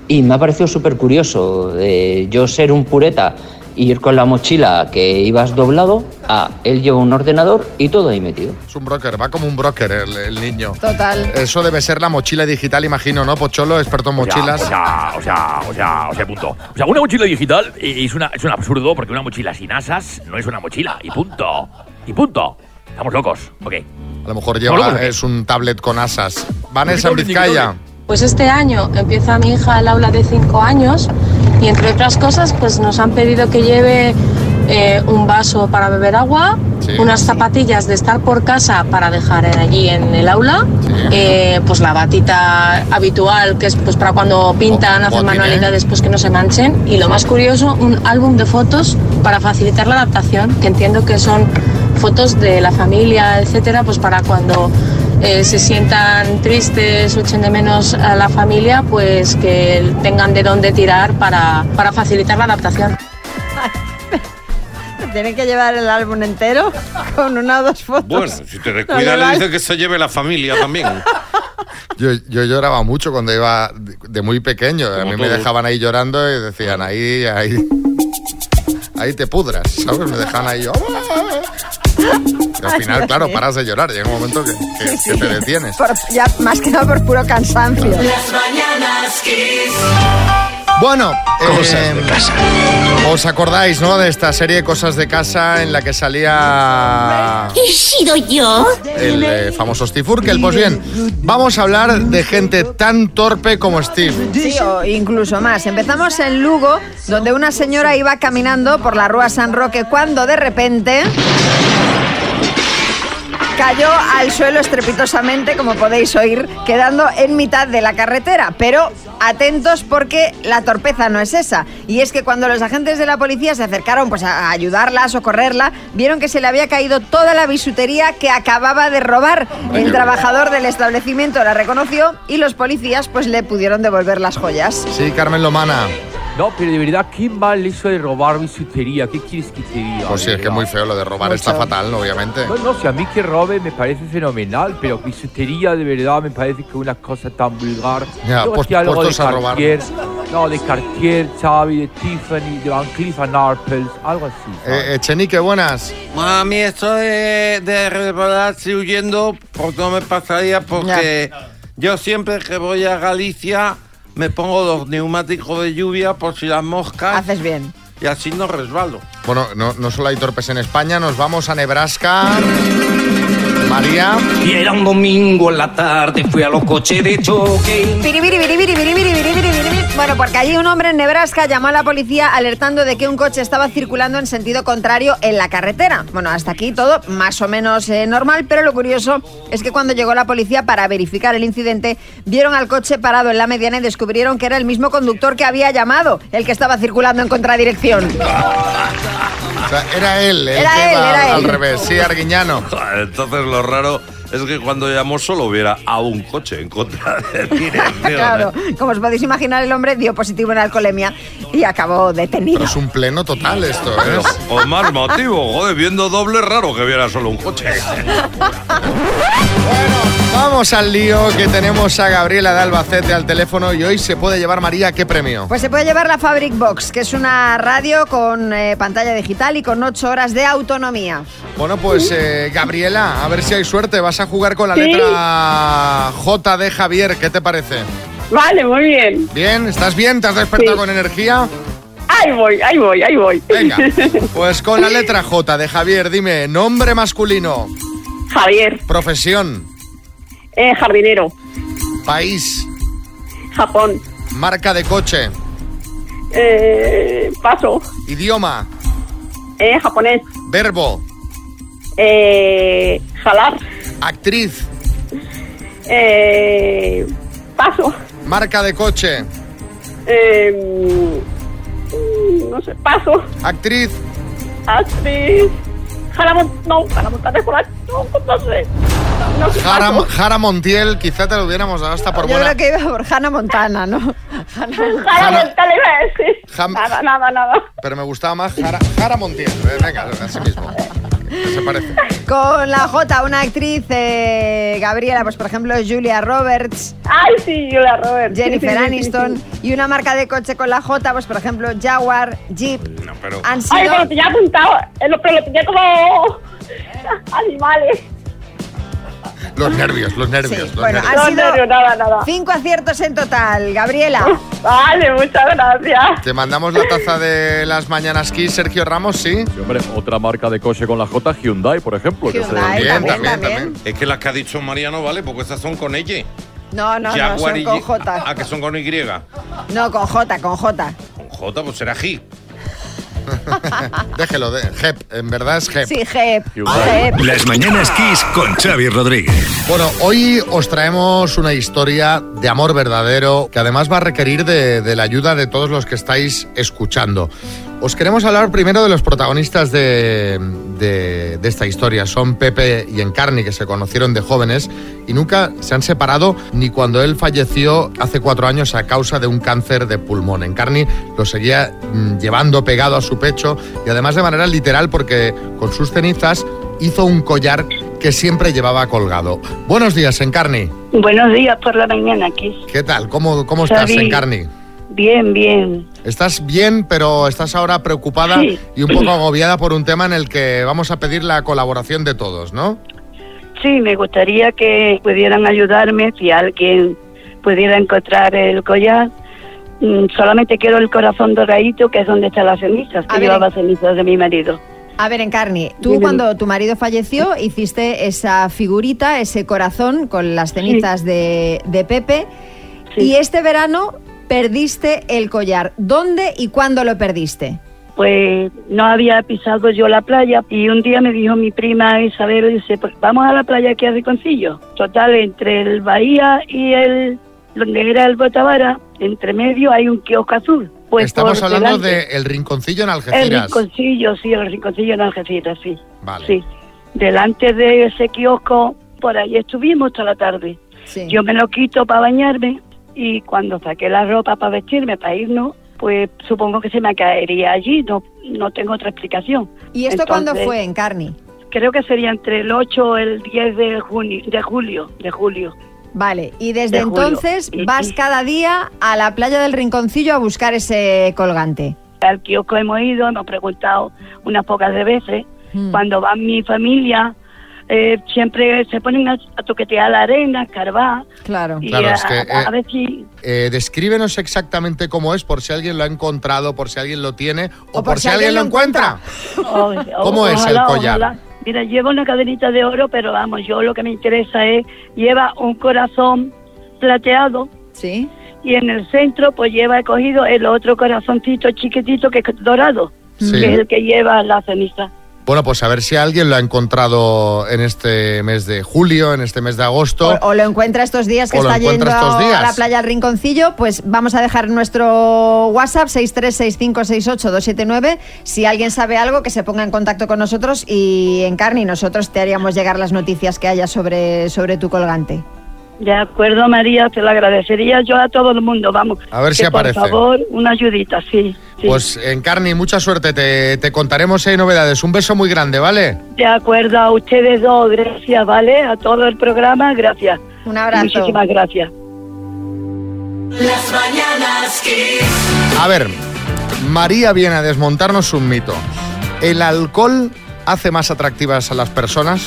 [SPEAKER 30] Y me ha parecido súper curioso de yo ser un pureta y ir con la mochila que ibas doblado a él lleva un ordenador y todo ahí metido.
[SPEAKER 3] Es un broker, va como un broker el, el niño.
[SPEAKER 4] Total.
[SPEAKER 3] Eso debe ser la mochila digital, imagino, ¿no, Pocholo? Experto en mochilas.
[SPEAKER 31] O sea, o sea, o sea, o sea, punto. O sea, una mochila digital eh, es, una, es un absurdo porque una mochila sin asas no es una mochila. Y punto. Y punto. Estamos locos. ¿Ok?
[SPEAKER 3] A lo mejor
[SPEAKER 31] No, no, no.
[SPEAKER 3] lleva, es un tablet con asas. Vanessa en Vizcaya.
[SPEAKER 32] Pues este año empieza mi hija el aula de 5 años y entre otras cosas pues nos han pedido que lleve eh, un vaso para beber agua, unas zapatillas de estar por casa para dejar en- allí en el aula, eh, pues la batita habitual que es pues para cuando pintan, hacen manualidades pues que no se manchen y lo más curioso un álbum de fotos para facilitar la adaptación que entiendo que son fotos de la familia, etcétera, pues para cuando eh, se sientan tristes o echen de menos a la familia, pues que tengan de dónde tirar para, para facilitar la adaptación.
[SPEAKER 4] Tienen que llevar el álbum entero con una o dos fotos.
[SPEAKER 6] Bueno, si te
[SPEAKER 4] No
[SPEAKER 6] descuidas
[SPEAKER 4] le
[SPEAKER 6] le
[SPEAKER 4] vale.
[SPEAKER 6] dices que se lleve la familia también.
[SPEAKER 3] Yo, yo lloraba mucho cuando iba de- de muy pequeño. A mí me
[SPEAKER 6] todos.
[SPEAKER 3] dejaban ahí llorando y decían, ahí, ahí, ahí te pudras, ¿sabes? Me dejaban ahí yo. Y al final, claro, paras de llorar. Llega un momento que, que- que te detienes.
[SPEAKER 4] Por- ya más que nada por puro cansancio.
[SPEAKER 1] Las mañanas Kiss.
[SPEAKER 3] Bueno, cosas de casa. ¿Os acordáis, no? De esta serie Cosas de casa en la que salía.
[SPEAKER 1] ¿He sido yo?
[SPEAKER 3] el eh, famoso Steve Urkel. Pues bien, vamos a hablar de gente tan torpe como Steve.
[SPEAKER 4] Sí, o incluso más. Empezamos en Lugo, donde una señora iba caminando por la Rúa San Roque cuando de repente cayó al suelo estrepitosamente, como podéis oír, quedando en mitad de la carretera. Pero atentos porque la torpeza no es esa. Y es que cuando los agentes de la policía se acercaron pues, a ayudarla, a socorrerla, vieron que se le había caído toda la bisutería que acababa de robar. El trabajador del establecimiento la reconoció y los policías pues, le pudieron devolver las joyas.
[SPEAKER 3] Sí, Carmen Lomana.
[SPEAKER 13] No, pero de verdad, qué mal eso de robar bisutería. ¿Qué quieres que te diga?
[SPEAKER 3] Pues sí,
[SPEAKER 13] De
[SPEAKER 3] es que es
[SPEAKER 13] verdad.
[SPEAKER 3] muy feo lo de robar, está
[SPEAKER 13] Mucho.
[SPEAKER 3] fatal, obviamente.
[SPEAKER 13] No, no, si a mí que robe me parece fenomenal, pero bisutería de verdad me parece que es una cosa tan vulgar.
[SPEAKER 3] Ya,
[SPEAKER 13] Luego
[SPEAKER 3] pues-
[SPEAKER 13] hacía algo de
[SPEAKER 3] puestos a robar.
[SPEAKER 13] Cartier, no, de Cartier, Xavi, de Tiffany, de Van Cleef Arpels, algo así.
[SPEAKER 3] Eh, Echenique, buenas.
[SPEAKER 6] A mí esto de, de revelarse huyendo pues no me pasaría porque yo siempre que voy a Galicia me pongo los neumáticos de lluvia por si las moscas. Haces
[SPEAKER 4] bien.
[SPEAKER 6] Y así no resbalo.
[SPEAKER 3] Bueno, no, no solo hay torpes en España, nos vamos a Nebraska. María.
[SPEAKER 1] Y era un domingo en la tarde, fui a los coches de choque.
[SPEAKER 4] Piribiri, biribiri, biribiri, biribiri, biribiri. Bueno, porque allí un hombre en Nebraska llamó a la policía alertando de que un coche estaba circulando en sentido contrario en la carretera. Bueno, hasta aquí todo más o menos eh, normal, pero lo curioso es que cuando llegó la policía para verificar el incidente, vieron al coche parado en la mediana y descubrieron que era el mismo conductor que había llamado, el que estaba circulando en contradirección.
[SPEAKER 3] Ah, O sea, era él, el
[SPEAKER 4] Era
[SPEAKER 3] que
[SPEAKER 4] él,
[SPEAKER 3] iba
[SPEAKER 4] era
[SPEAKER 3] al
[SPEAKER 4] él.
[SPEAKER 3] revés. Sí, Arguiñano.
[SPEAKER 6] Entonces lo raro es que cuando llamó solo hubiera a un coche en contra de ¿eh?
[SPEAKER 4] Claro, como os podéis imaginar, el hombre dio positivo en alcoholemia y acabó detenido.
[SPEAKER 3] Es un pleno total esto, ¿eh?
[SPEAKER 6] Pero con más motivo, joder, viendo doble raro que viera solo un coche.
[SPEAKER 3] Vamos al lío que tenemos a Gabriela de Albacete al teléfono y hoy se puede llevar María qué premio.
[SPEAKER 4] Pues se puede llevar la Fabric Box, que es una radio con eh, pantalla digital y con 8 horas de autonomía.
[SPEAKER 3] Bueno, pues eh, Gabriela, a ver si hay suerte. Vas a jugar con la
[SPEAKER 4] Sí.
[SPEAKER 3] letra J de Javier, ¿qué te parece?
[SPEAKER 12] Vale, muy bien.
[SPEAKER 3] Bien, ¿estás bien? ¿Te has despertado con energía?
[SPEAKER 12] Ahí voy, ahí voy, ahí voy.
[SPEAKER 3] Venga, pues con la letra J de Javier, dime, nombre masculino.
[SPEAKER 12] Javier.
[SPEAKER 3] Profesión.
[SPEAKER 12] Eh, jardinero.
[SPEAKER 3] País.
[SPEAKER 12] Japón.
[SPEAKER 3] Marca de coche.
[SPEAKER 12] Eh, paso.
[SPEAKER 3] Idioma.
[SPEAKER 12] Eh, japonés.
[SPEAKER 3] Verbo.
[SPEAKER 12] Eh, jalar.
[SPEAKER 3] Actriz.
[SPEAKER 12] Eh, paso.
[SPEAKER 3] Marca de coche.
[SPEAKER 12] Eh, mm, no sé, paso.
[SPEAKER 3] Actriz.
[SPEAKER 12] Actriz. Jaramont, no, Jaramontanes por ahí. No, no sé. No sé.
[SPEAKER 3] Jara,
[SPEAKER 12] paso.
[SPEAKER 3] Jara Montiel, quizá te lo hubiéramos dado hasta por
[SPEAKER 4] Yo
[SPEAKER 3] buena.
[SPEAKER 4] creo que iba por Hannah Montana, ¿no?
[SPEAKER 12] Jaramontana iba a decir. Nada, nada, nada.
[SPEAKER 3] Pero me gustaba más Jara, Jara Montiel. Eh, Venga, así mismo. ¿Qué se parece?
[SPEAKER 4] Con la J, una actriz, eh, Gabriela, pues por ejemplo Julia Roberts.
[SPEAKER 12] Ay, sí, Julia Roberts.
[SPEAKER 4] Jennifer
[SPEAKER 12] Sí, sí, sí,
[SPEAKER 4] Aniston.
[SPEAKER 12] sí,
[SPEAKER 4] Y una marca de coche con la J, pues por ejemplo Jaguar, Jeep.
[SPEAKER 6] Pero
[SPEAKER 4] Han sido...
[SPEAKER 12] Ay, pero lo tenía apuntado. eh, lo- Pero lo tenía como. Animales.
[SPEAKER 3] Los nervios, los nervios. los
[SPEAKER 4] Bueno,
[SPEAKER 3] nervios.
[SPEAKER 4] han sido
[SPEAKER 12] nervio, Ah, nada, nada.
[SPEAKER 4] cinco aciertos en total, Gabriela.
[SPEAKER 12] Vale, muchas gracias.
[SPEAKER 3] Te mandamos la taza de las mañanas Kiss, Sergio Ramos, sí.
[SPEAKER 13] Hombre, otra marca de coche con la J, Hyundai, por ejemplo.
[SPEAKER 4] que se- Hyundai, también, también.
[SPEAKER 6] Es que las que ha dicho María no vale, porque esas son con ella.
[SPEAKER 4] No, no, no,
[SPEAKER 6] Jaguar
[SPEAKER 4] son
[SPEAKER 6] y
[SPEAKER 4] con
[SPEAKER 6] Y-
[SPEAKER 4] J.
[SPEAKER 6] Ah, que son con Y.
[SPEAKER 4] No, con J, con J.
[SPEAKER 6] Con J, pues será G.
[SPEAKER 3] Déjelo, de, Jep, en verdad es Jep.
[SPEAKER 4] Sí, Jep. Jep.
[SPEAKER 27] Las mañanas Kiss con Xavi Rodríguez.
[SPEAKER 3] Bueno, hoy os traemos una historia de amor verdadero que además va a requerir de, de la ayuda de todos los que estáis escuchando. Os queremos hablar primero de los protagonistas de, de- de esta historia. Son Pepe y Encarni, que se conocieron de jóvenes y nunca se han separado ni cuando él falleció hace cuatro años a causa de un cáncer de pulmón. Encarni lo seguía mm, llevando pegado a su pecho y además de manera literal porque con sus cenizas hizo un collar que siempre llevaba colgado. Buenos días, Encarni.
[SPEAKER 18] Buenos días por la mañana, aquí.
[SPEAKER 3] ¿Qué tal? ¿Cómo, cómo estás,
[SPEAKER 18] Xavi.
[SPEAKER 3] Encarni?
[SPEAKER 18] Bien, bien.
[SPEAKER 3] Estás bien, pero estás ahora preocupada
[SPEAKER 18] Sí.
[SPEAKER 3] y un poco agobiada por un tema en el que vamos a pedir la colaboración de todos, ¿no?
[SPEAKER 18] Sí, me gustaría que pudieran ayudarme si alguien pudiera encontrar el collar. Mm, Solamente quiero el corazón doradito, que es donde están las cenizas, que
[SPEAKER 4] ver.
[SPEAKER 18] llevaba cenizas de mi marido.
[SPEAKER 4] A ver, Encarni, tú
[SPEAKER 18] Dime.
[SPEAKER 4] cuando tu marido falleció hiciste esa figurita, ese corazón con las cenizas de, de Pepe y este verano perdiste el collar. ¿Dónde y cuándo lo perdiste?
[SPEAKER 18] Pues no había pisado yo la playa y un día me dijo mi prima Isabel, dice, pues vamos a la playa que hace Concillo. Total, entre el Bahía y el, donde era el Botavara, entre medio hay un kiosco azul. Pues
[SPEAKER 3] Estamos
[SPEAKER 18] por
[SPEAKER 3] hablando
[SPEAKER 18] delante-
[SPEAKER 3] del rinconcillo en
[SPEAKER 18] El
[SPEAKER 3] Algeciras.
[SPEAKER 18] rinconcillo, sí, el rinconcillo en Algeciras, sí.
[SPEAKER 3] Vale.
[SPEAKER 18] sí. Delante de ese kiosco, por ahí estuvimos toda la tarde. Yo me lo quito para bañarme y cuando saqué la ropa para vestirme, para irnos, pues supongo que se me caería allí, no, no tengo otra explicación.
[SPEAKER 4] ¿Y esto cuándo
[SPEAKER 18] Entonces,
[SPEAKER 4] fue, Encarni?
[SPEAKER 18] Creo que sería entre el 8 o el 10 de, junio, de julio, de julio.
[SPEAKER 4] Vale, y desde
[SPEAKER 18] De julio.
[SPEAKER 4] entonces
[SPEAKER 18] Y-
[SPEAKER 4] vas
[SPEAKER 18] y-
[SPEAKER 4] cada día a la playa del Rinconcillo a buscar ese colgante.
[SPEAKER 18] al kiosco hemos ido, hemos preguntado unas pocas de veces.
[SPEAKER 3] Hmm.
[SPEAKER 18] Cuando va mi familia, eh, siempre se ponen a, a toquetear la arena, a escarbar.
[SPEAKER 4] Claro.
[SPEAKER 18] Y
[SPEAKER 3] Claro,
[SPEAKER 18] a,
[SPEAKER 3] es que,
[SPEAKER 18] a- a
[SPEAKER 3] eh,
[SPEAKER 18] ver si...
[SPEAKER 3] Eh, descríbenos exactamente cómo es, por si alguien lo ha encontrado, por si alguien lo tiene o, por, si alguien, lo encuentra.
[SPEAKER 18] o- o-
[SPEAKER 3] ¿Cómo es el
[SPEAKER 18] ojalá,
[SPEAKER 3] collar?
[SPEAKER 18] ojalá. Mira, lleva una cadenita de oro, pero vamos, yo lo que me interesa es, lleva un corazón plateado.
[SPEAKER 4] Sí.
[SPEAKER 18] Y en el centro, pues lleva cogido el otro corazoncito chiquitito que es dorado,
[SPEAKER 3] Sí.
[SPEAKER 18] que es el que lleva la ceniza.
[SPEAKER 3] Bueno, pues a ver si alguien lo ha encontrado en este mes de julio, en este mes de agosto.
[SPEAKER 4] O lo encuentra estos días que
[SPEAKER 3] O lo
[SPEAKER 4] está yendo
[SPEAKER 3] encuentra estos días.
[SPEAKER 4] a la playa del Rinconcillo, pues vamos a dejar nuestro WhatsApp 636568279. Si alguien sabe algo, que se ponga en contacto con nosotros y Encarni, nosotros te haríamos llegar las noticias que haya sobre, sobre tu colgante.
[SPEAKER 18] De acuerdo, María, te lo agradecería yo a todo el mundo, vamos.
[SPEAKER 3] A ver si
[SPEAKER 18] Que,
[SPEAKER 3] aparece.
[SPEAKER 18] Por favor, una ayudita, sí. sí.
[SPEAKER 3] Pues Encarni, mucha suerte, te, te contaremos si hay novedades. Un beso muy grande, ¿vale?
[SPEAKER 18] De acuerdo, a ustedes dos, gracias, ¿vale? A todo el programa, gracias.
[SPEAKER 4] Un
[SPEAKER 18] abrazo. Muchísimas gracias.
[SPEAKER 1] Las mañanas Kiss.
[SPEAKER 3] A ver, María viene a desmontarnos un mito. ¿El alcohol hace más atractivas a las personas?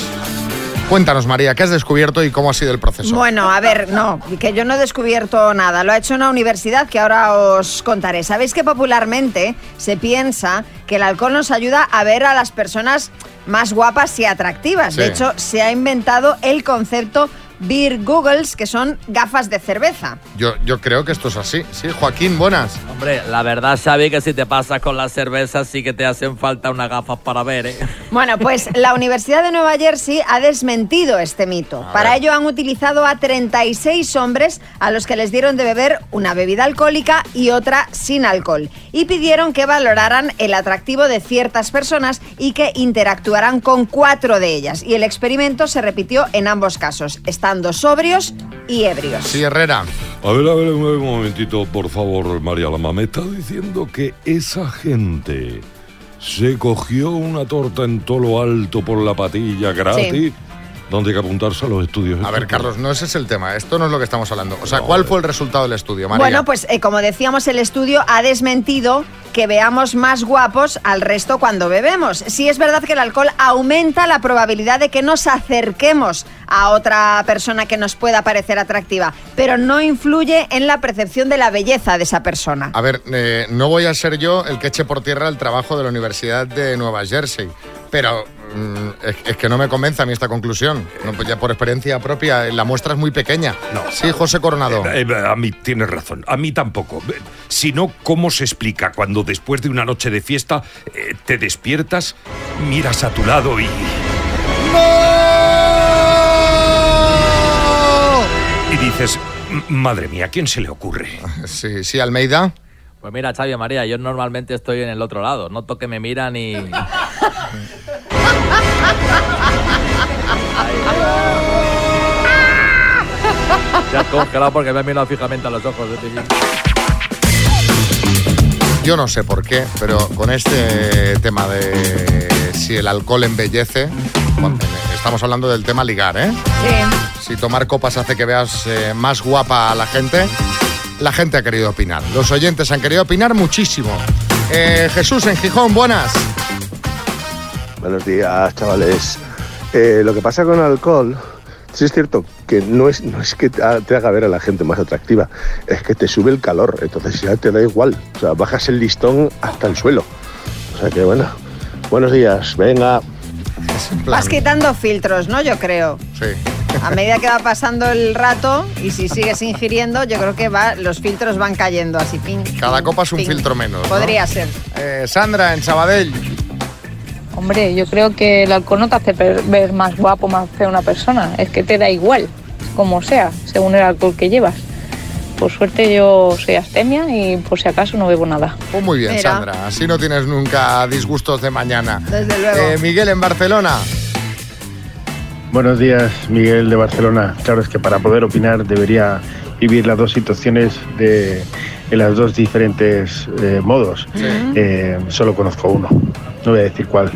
[SPEAKER 3] Cuéntanos, María, ¿qué has descubierto y cómo ha sido el proceso?
[SPEAKER 4] Bueno, a ver, no, que yo no he descubierto nada. Lo ha hecho una universidad que ahora os contaré. Sabéis que popularmente se piensa que el alcohol nos ayuda a ver a las personas más guapas y atractivas. De
[SPEAKER 17] Sí.
[SPEAKER 4] hecho, se ha inventado el concepto beer googles, que son gafas de cerveza.
[SPEAKER 3] Yo, yo creo que esto es así. Sí, Joaquín, buenas.
[SPEAKER 13] Hombre, la verdad, Xavi, que si te pasas con la cerveza sí que te hacen falta unas gafas para ver, ¿eh?
[SPEAKER 4] Bueno, pues la Universidad de Nueva Jersey ha desmentido este mito. Para ello han utilizado a 36 hombres a los que les dieron de beber una bebida alcohólica y otra sin alcohol. Y pidieron que valoraran el atractivo de ciertas personas y que interactuaran con cuatro de ellas. Y el experimento se repitió en ambos casos, estando sobrios y ebrios.
[SPEAKER 3] Sí, Herrera.
[SPEAKER 14] A ver, a ver, un un momentito, por favor, María Lama. Me está diciendo que esa gente se cogió una torta en todo lo alto por la patilla gratis,
[SPEAKER 3] Sí.
[SPEAKER 14] donde hay que apuntarse a los estudios.
[SPEAKER 3] A ver, Carlos, no ese es el tema. Esto no es lo que estamos hablando. O sea, ¿cuál fue el resultado del estudio, María?
[SPEAKER 4] Bueno, pues eh, como decíamos, el estudio ha desmentido que veamos más guapos al resto cuando bebemos. Sí es verdad que el alcohol aumenta la probabilidad de que nos acerquemos a otra persona que nos pueda parecer atractiva, pero no influye en la percepción de la belleza de esa persona.
[SPEAKER 3] A ver, eh, no voy a ser yo el que eche por tierra el trabajo de la Universidad de Nueva Jersey, pero mm, es, es que no me convence a mí esta conclusión. No, pues ya por experiencia propia, eh, la muestra es muy pequeña. Sí, José Coronado.
[SPEAKER 19] Eh, eh, a mí tienes razón, a mí tampoco. Eh, Si no, ¿cómo se explica cuando después de una noche de fiesta eh, te despiertas, miras a tu lado y...
[SPEAKER 3] ¡Oh!
[SPEAKER 19] Y dices, "M- madre mía, ¿a quién se le ocurre?
[SPEAKER 3] Sí, sí, Almeida.
[SPEAKER 13] Pues mira, Xavi María, yo normalmente estoy en el otro lado. Noto que me miran y... Te has congelado porque me has mirado fijamente a los ojos. ¿eh?
[SPEAKER 3] Yo no sé por qué, pero con este tema de si el alcohol embellece, bueno, eh, estamos hablando del tema ligar, ¿eh? Si tomar copas hace que veas eh, más guapa a la gente, la gente ha querido opinar. Los oyentes han querido opinar muchísimo. Eh, Jesús en Gijón, buenas.
[SPEAKER 20] Buenos días, chavales. Eh, lo que pasa con el alcohol, sí es cierto que no es, no es que te ha- te haga ver a la gente más atractiva, es que te sube el calor, entonces ya te da igual. O sea, bajas el listón hasta el suelo. O sea que bueno, buenos días, venga.
[SPEAKER 4] Vas quitando filtros, ¿no? Yo creo.
[SPEAKER 3] Sí.
[SPEAKER 4] A medida que va pasando el rato y si sigues ingiriendo, yo creo que va, los filtros van cayendo así. Ping,
[SPEAKER 3] Cada
[SPEAKER 4] ping,
[SPEAKER 3] copa es un
[SPEAKER 4] ping.
[SPEAKER 3] filtro menos. ¿no?
[SPEAKER 4] Podría ser.
[SPEAKER 3] Eh, Sandra en Sabadell.
[SPEAKER 17] Hombre, yo creo que el alcohol no te hace per- ver más guapo, más fea una persona. Es que te da igual, como sea, según el alcohol que llevas. Por suerte yo soy astemia y por si acaso no bebo nada.
[SPEAKER 3] Pues muy bien,
[SPEAKER 17] Mira.
[SPEAKER 3] Sandra. Así no tienes nunca disgustos de mañana.
[SPEAKER 4] Desde
[SPEAKER 3] luego. Miguel en Barcelona.
[SPEAKER 21] Buenos días, Miguel de Barcelona. Claro, es que para poder opinar debería vivir las dos situaciones de en las dos diferentes eh, modos. Eh, solo conozco uno. No voy a decir cuál.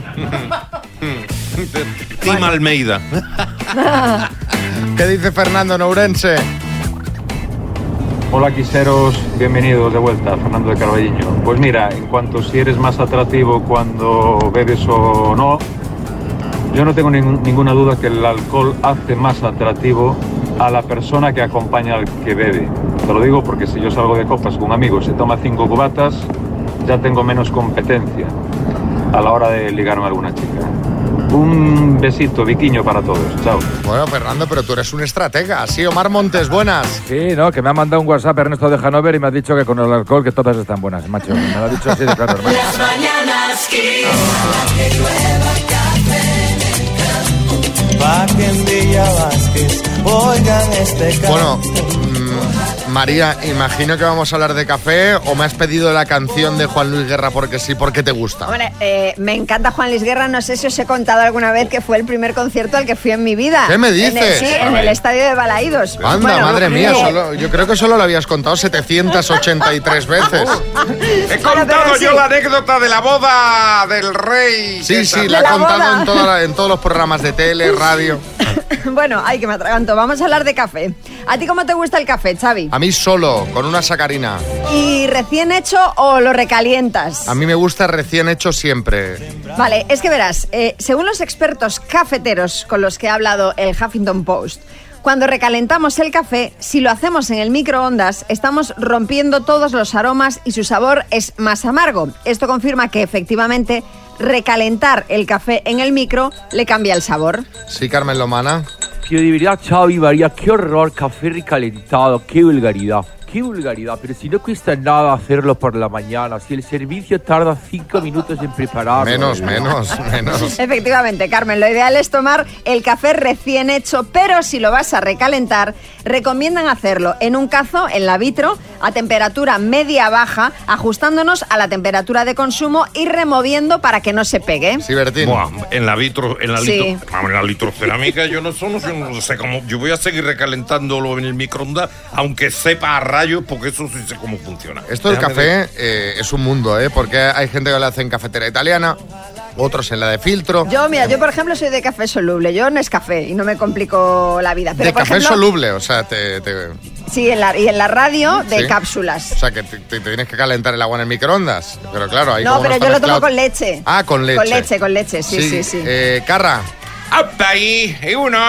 [SPEAKER 6] Tim Almeida.
[SPEAKER 3] ¿Qué dice Fernando Nourense?
[SPEAKER 33] Hola quiseros, bienvenidos de vuelta, Fernando de Carballiño. Pues mira, en cuanto si eres más atractivo cuando bebes o no, yo no tengo ningún- ninguna duda que el alcohol hace más atractivo a la persona que acompaña al que bebe. Te lo digo porque si yo salgo de copas con un amigo y se toma cinco cubatas, ya tengo menos competencia a la hora de ligarme a alguna chica. Un besito, viquiño para todos. Chao.
[SPEAKER 3] Bueno, Fernando, pero tú eres un estratega. Sí, Omar Montes, buenas.
[SPEAKER 13] Sí, no, que me ha mandado un WhatsApp Ernesto de Hanover y me ha dicho que con el alcohol que todas están buenas, macho. Me lo ha dicho así de claro, hermano.
[SPEAKER 1] Las mañanas Kiss.
[SPEAKER 3] Bueno, mm, María, imagino que vamos a hablar de café o me has pedido la canción de Juan Luis Guerra porque sí, porque te gusta.
[SPEAKER 4] Hombre, eh, me encanta Juan Luis Guerra. No sé si os he contado alguna vez que fue el primer concierto al que fui en mi vida.
[SPEAKER 3] ¿Qué me
[SPEAKER 4] En el-
[SPEAKER 3] dices?
[SPEAKER 4] sí, en el estadio de Balaídos.
[SPEAKER 3] Anda,
[SPEAKER 4] Bueno,
[SPEAKER 3] madre mía,
[SPEAKER 4] eh,
[SPEAKER 3] solo- yo creo que solo lo habías contado 783 veces.
[SPEAKER 6] He
[SPEAKER 3] Bueno, pero
[SPEAKER 6] contado
[SPEAKER 3] sí.
[SPEAKER 6] yo la anécdota de la boda del rey.
[SPEAKER 3] Sí, sí, la
[SPEAKER 4] la
[SPEAKER 3] he contado
[SPEAKER 4] boda.
[SPEAKER 3] en, toda la- en todos los programas de tele, radio.
[SPEAKER 4] Bueno, ay, que me atraganto. Vamos a hablar de café. ¿A ti cómo te gusta el café, Xavi?
[SPEAKER 3] A mí solo, con una sacarina.
[SPEAKER 4] ¿Y recién hecho o lo recalientas?
[SPEAKER 3] A mí me gusta recién hecho siempre.
[SPEAKER 4] Vale, es que verás, eh, según los expertos cafeteros con los que ha hablado el Huffington Post, cuando recalentamos el café, si lo hacemos en el microondas, estamos rompiendo todos los aromas y su sabor es más amargo. Esto confirma que efectivamente recalentar el café en el micro le cambia el sabor.
[SPEAKER 3] Sí, Carmen Lomana.
[SPEAKER 13] Yo de verdad, Xavi María, qué horror, café recalentado, qué vulgaridad, qué vulgaridad. Pero si no cuesta nada hacerlo por la mañana, si el servicio tarda cinco minutos en prepararlo.
[SPEAKER 3] Menos, menos, menos.
[SPEAKER 4] Efectivamente, Carmen, lo ideal es tomar el café recién hecho, pero si lo vas a recalentar, recomiendan hacerlo en un cazo, en la vitro, a temperatura media-baja, ajustándonos a la temperatura de consumo y removiendo para que no se pegue.
[SPEAKER 3] Sí, Bertín.
[SPEAKER 6] en la vitro, en la
[SPEAKER 4] Sí.
[SPEAKER 6] litro, vamos, en la litrocerámica, yo no solo yo no sé cómo. Yo voy a seguir recalentándolo en el microondas, aunque sepa a rayos, porque eso sí sé cómo funciona.
[SPEAKER 3] Esto del
[SPEAKER 6] Déjame
[SPEAKER 3] café eh, es un mundo, ¿eh? Porque hay gente que lo hace en cafetera italiana, otros en la de filtro.
[SPEAKER 4] Yo, mira, yo por ejemplo soy de café soluble, yo no es café y no me complico la vida. Pero
[SPEAKER 3] de
[SPEAKER 4] por
[SPEAKER 3] café
[SPEAKER 4] ejemplo,
[SPEAKER 3] soluble, o sea, te, te- o
[SPEAKER 4] Sí, en la, y en la radio de
[SPEAKER 3] Sí.
[SPEAKER 4] cápsulas.
[SPEAKER 3] sea que te, te- te tienes que calentar el agua en el microondas. Pero claro, ahí
[SPEAKER 4] No,
[SPEAKER 3] como
[SPEAKER 4] pero
[SPEAKER 3] está
[SPEAKER 4] yo lo tomo
[SPEAKER 3] mezclado-
[SPEAKER 4] con leche.
[SPEAKER 3] Ah, con leche.
[SPEAKER 4] Con leche, con leche, sí, sí, sí.
[SPEAKER 3] eh, Carra.
[SPEAKER 6] ¡Apa ahí! ¡Y uno!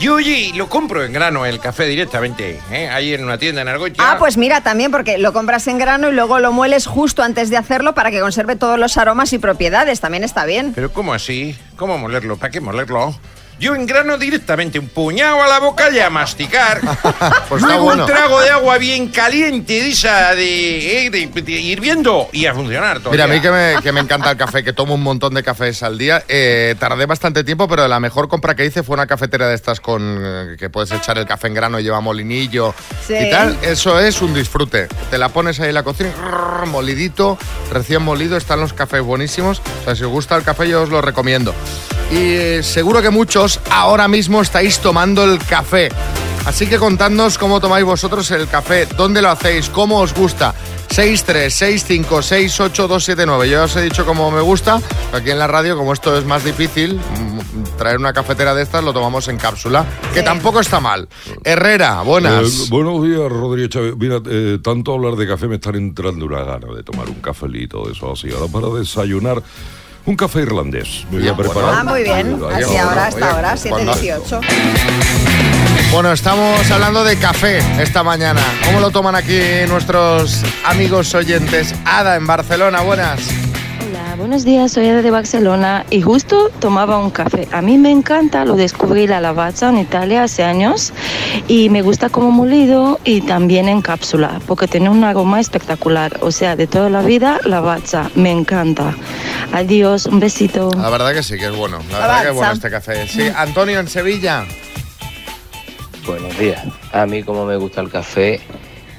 [SPEAKER 6] Yuji, lo compro en grano el café directamente, ¿eh? ahí en una tienda en Argolla.
[SPEAKER 4] Ah, pues mira, también porque lo compras en grano y luego lo mueles justo antes de hacerlo para que conserve todos los aromas y propiedades. También está bien.
[SPEAKER 6] Pero ¿cómo así? ¿Cómo molerlo? ¿Para qué molerlo? Yo engrano directamente un puñado a la boca y a masticar.
[SPEAKER 3] Pues está
[SPEAKER 6] Luego
[SPEAKER 3] bueno.
[SPEAKER 6] un trago de agua bien caliente, de esa de, eh, de- de hirviendo y a funcionar todo.
[SPEAKER 3] Mira, a mí que me, que me encanta el café, que tomo un montón de cafés al día. eh, tardé bastante tiempo, pero la mejor compra que hice fue una cafetera de estas con eh, que puedes echar el café en grano y lleva molinillo
[SPEAKER 4] Sí.
[SPEAKER 3] y tal. Eso es un disfrute. Te la pones ahí en la cocina, grrr, molidito, recién molido, están los cafés buenísimos. O sea, si os gusta el café, yo os lo recomiendo. Y eh, seguro que muchos ahora mismo estáis tomando el café. Así que contadnos cómo tomáis vosotros el café, dónde lo hacéis, cómo os gusta. 636568279. Yo ya os he dicho cómo me gusta. pero Aquí en la radio, como esto es más difícil, mm, traer una cafetera de estas lo tomamos en cápsula, que tampoco está mal. Herrera,
[SPEAKER 14] Eh,
[SPEAKER 3] buenas.
[SPEAKER 14] buenos días, Rodríguez Chávez. Mira, eh, tanto hablar de café me están entrando una gana de tomar un cafelito de eso así. Ahora para desayunar, un café irlandés. Me voy a preparar.
[SPEAKER 4] Ah, muy bien.
[SPEAKER 14] Ahí
[SPEAKER 4] Así
[SPEAKER 14] ahora,
[SPEAKER 4] ahora, hasta
[SPEAKER 14] oye,
[SPEAKER 4] ahora,
[SPEAKER 14] cuando-
[SPEAKER 4] 718.
[SPEAKER 3] Bueno, estamos hablando de café esta mañana. ¿Cómo lo toman aquí nuestros amigos oyentes? Ada en Barcelona, buenas.
[SPEAKER 34] Hola, buenos días, soy Ada de Barcelona y justo tomaba un café. A mí me encanta, lo descubrí la lavacha en Italia hace años y me gusta como molido y también en cápsula porque tiene un aroma espectacular. O sea, de toda la vida, lavacha, me encanta. Adiós, un besito.
[SPEAKER 3] La verdad que sí, que es bueno. La verdad que es bueno
[SPEAKER 34] Avanza.
[SPEAKER 3] este café. Sí, Antonio en Sevilla.
[SPEAKER 22] Buenos días. A mí como me gusta el café,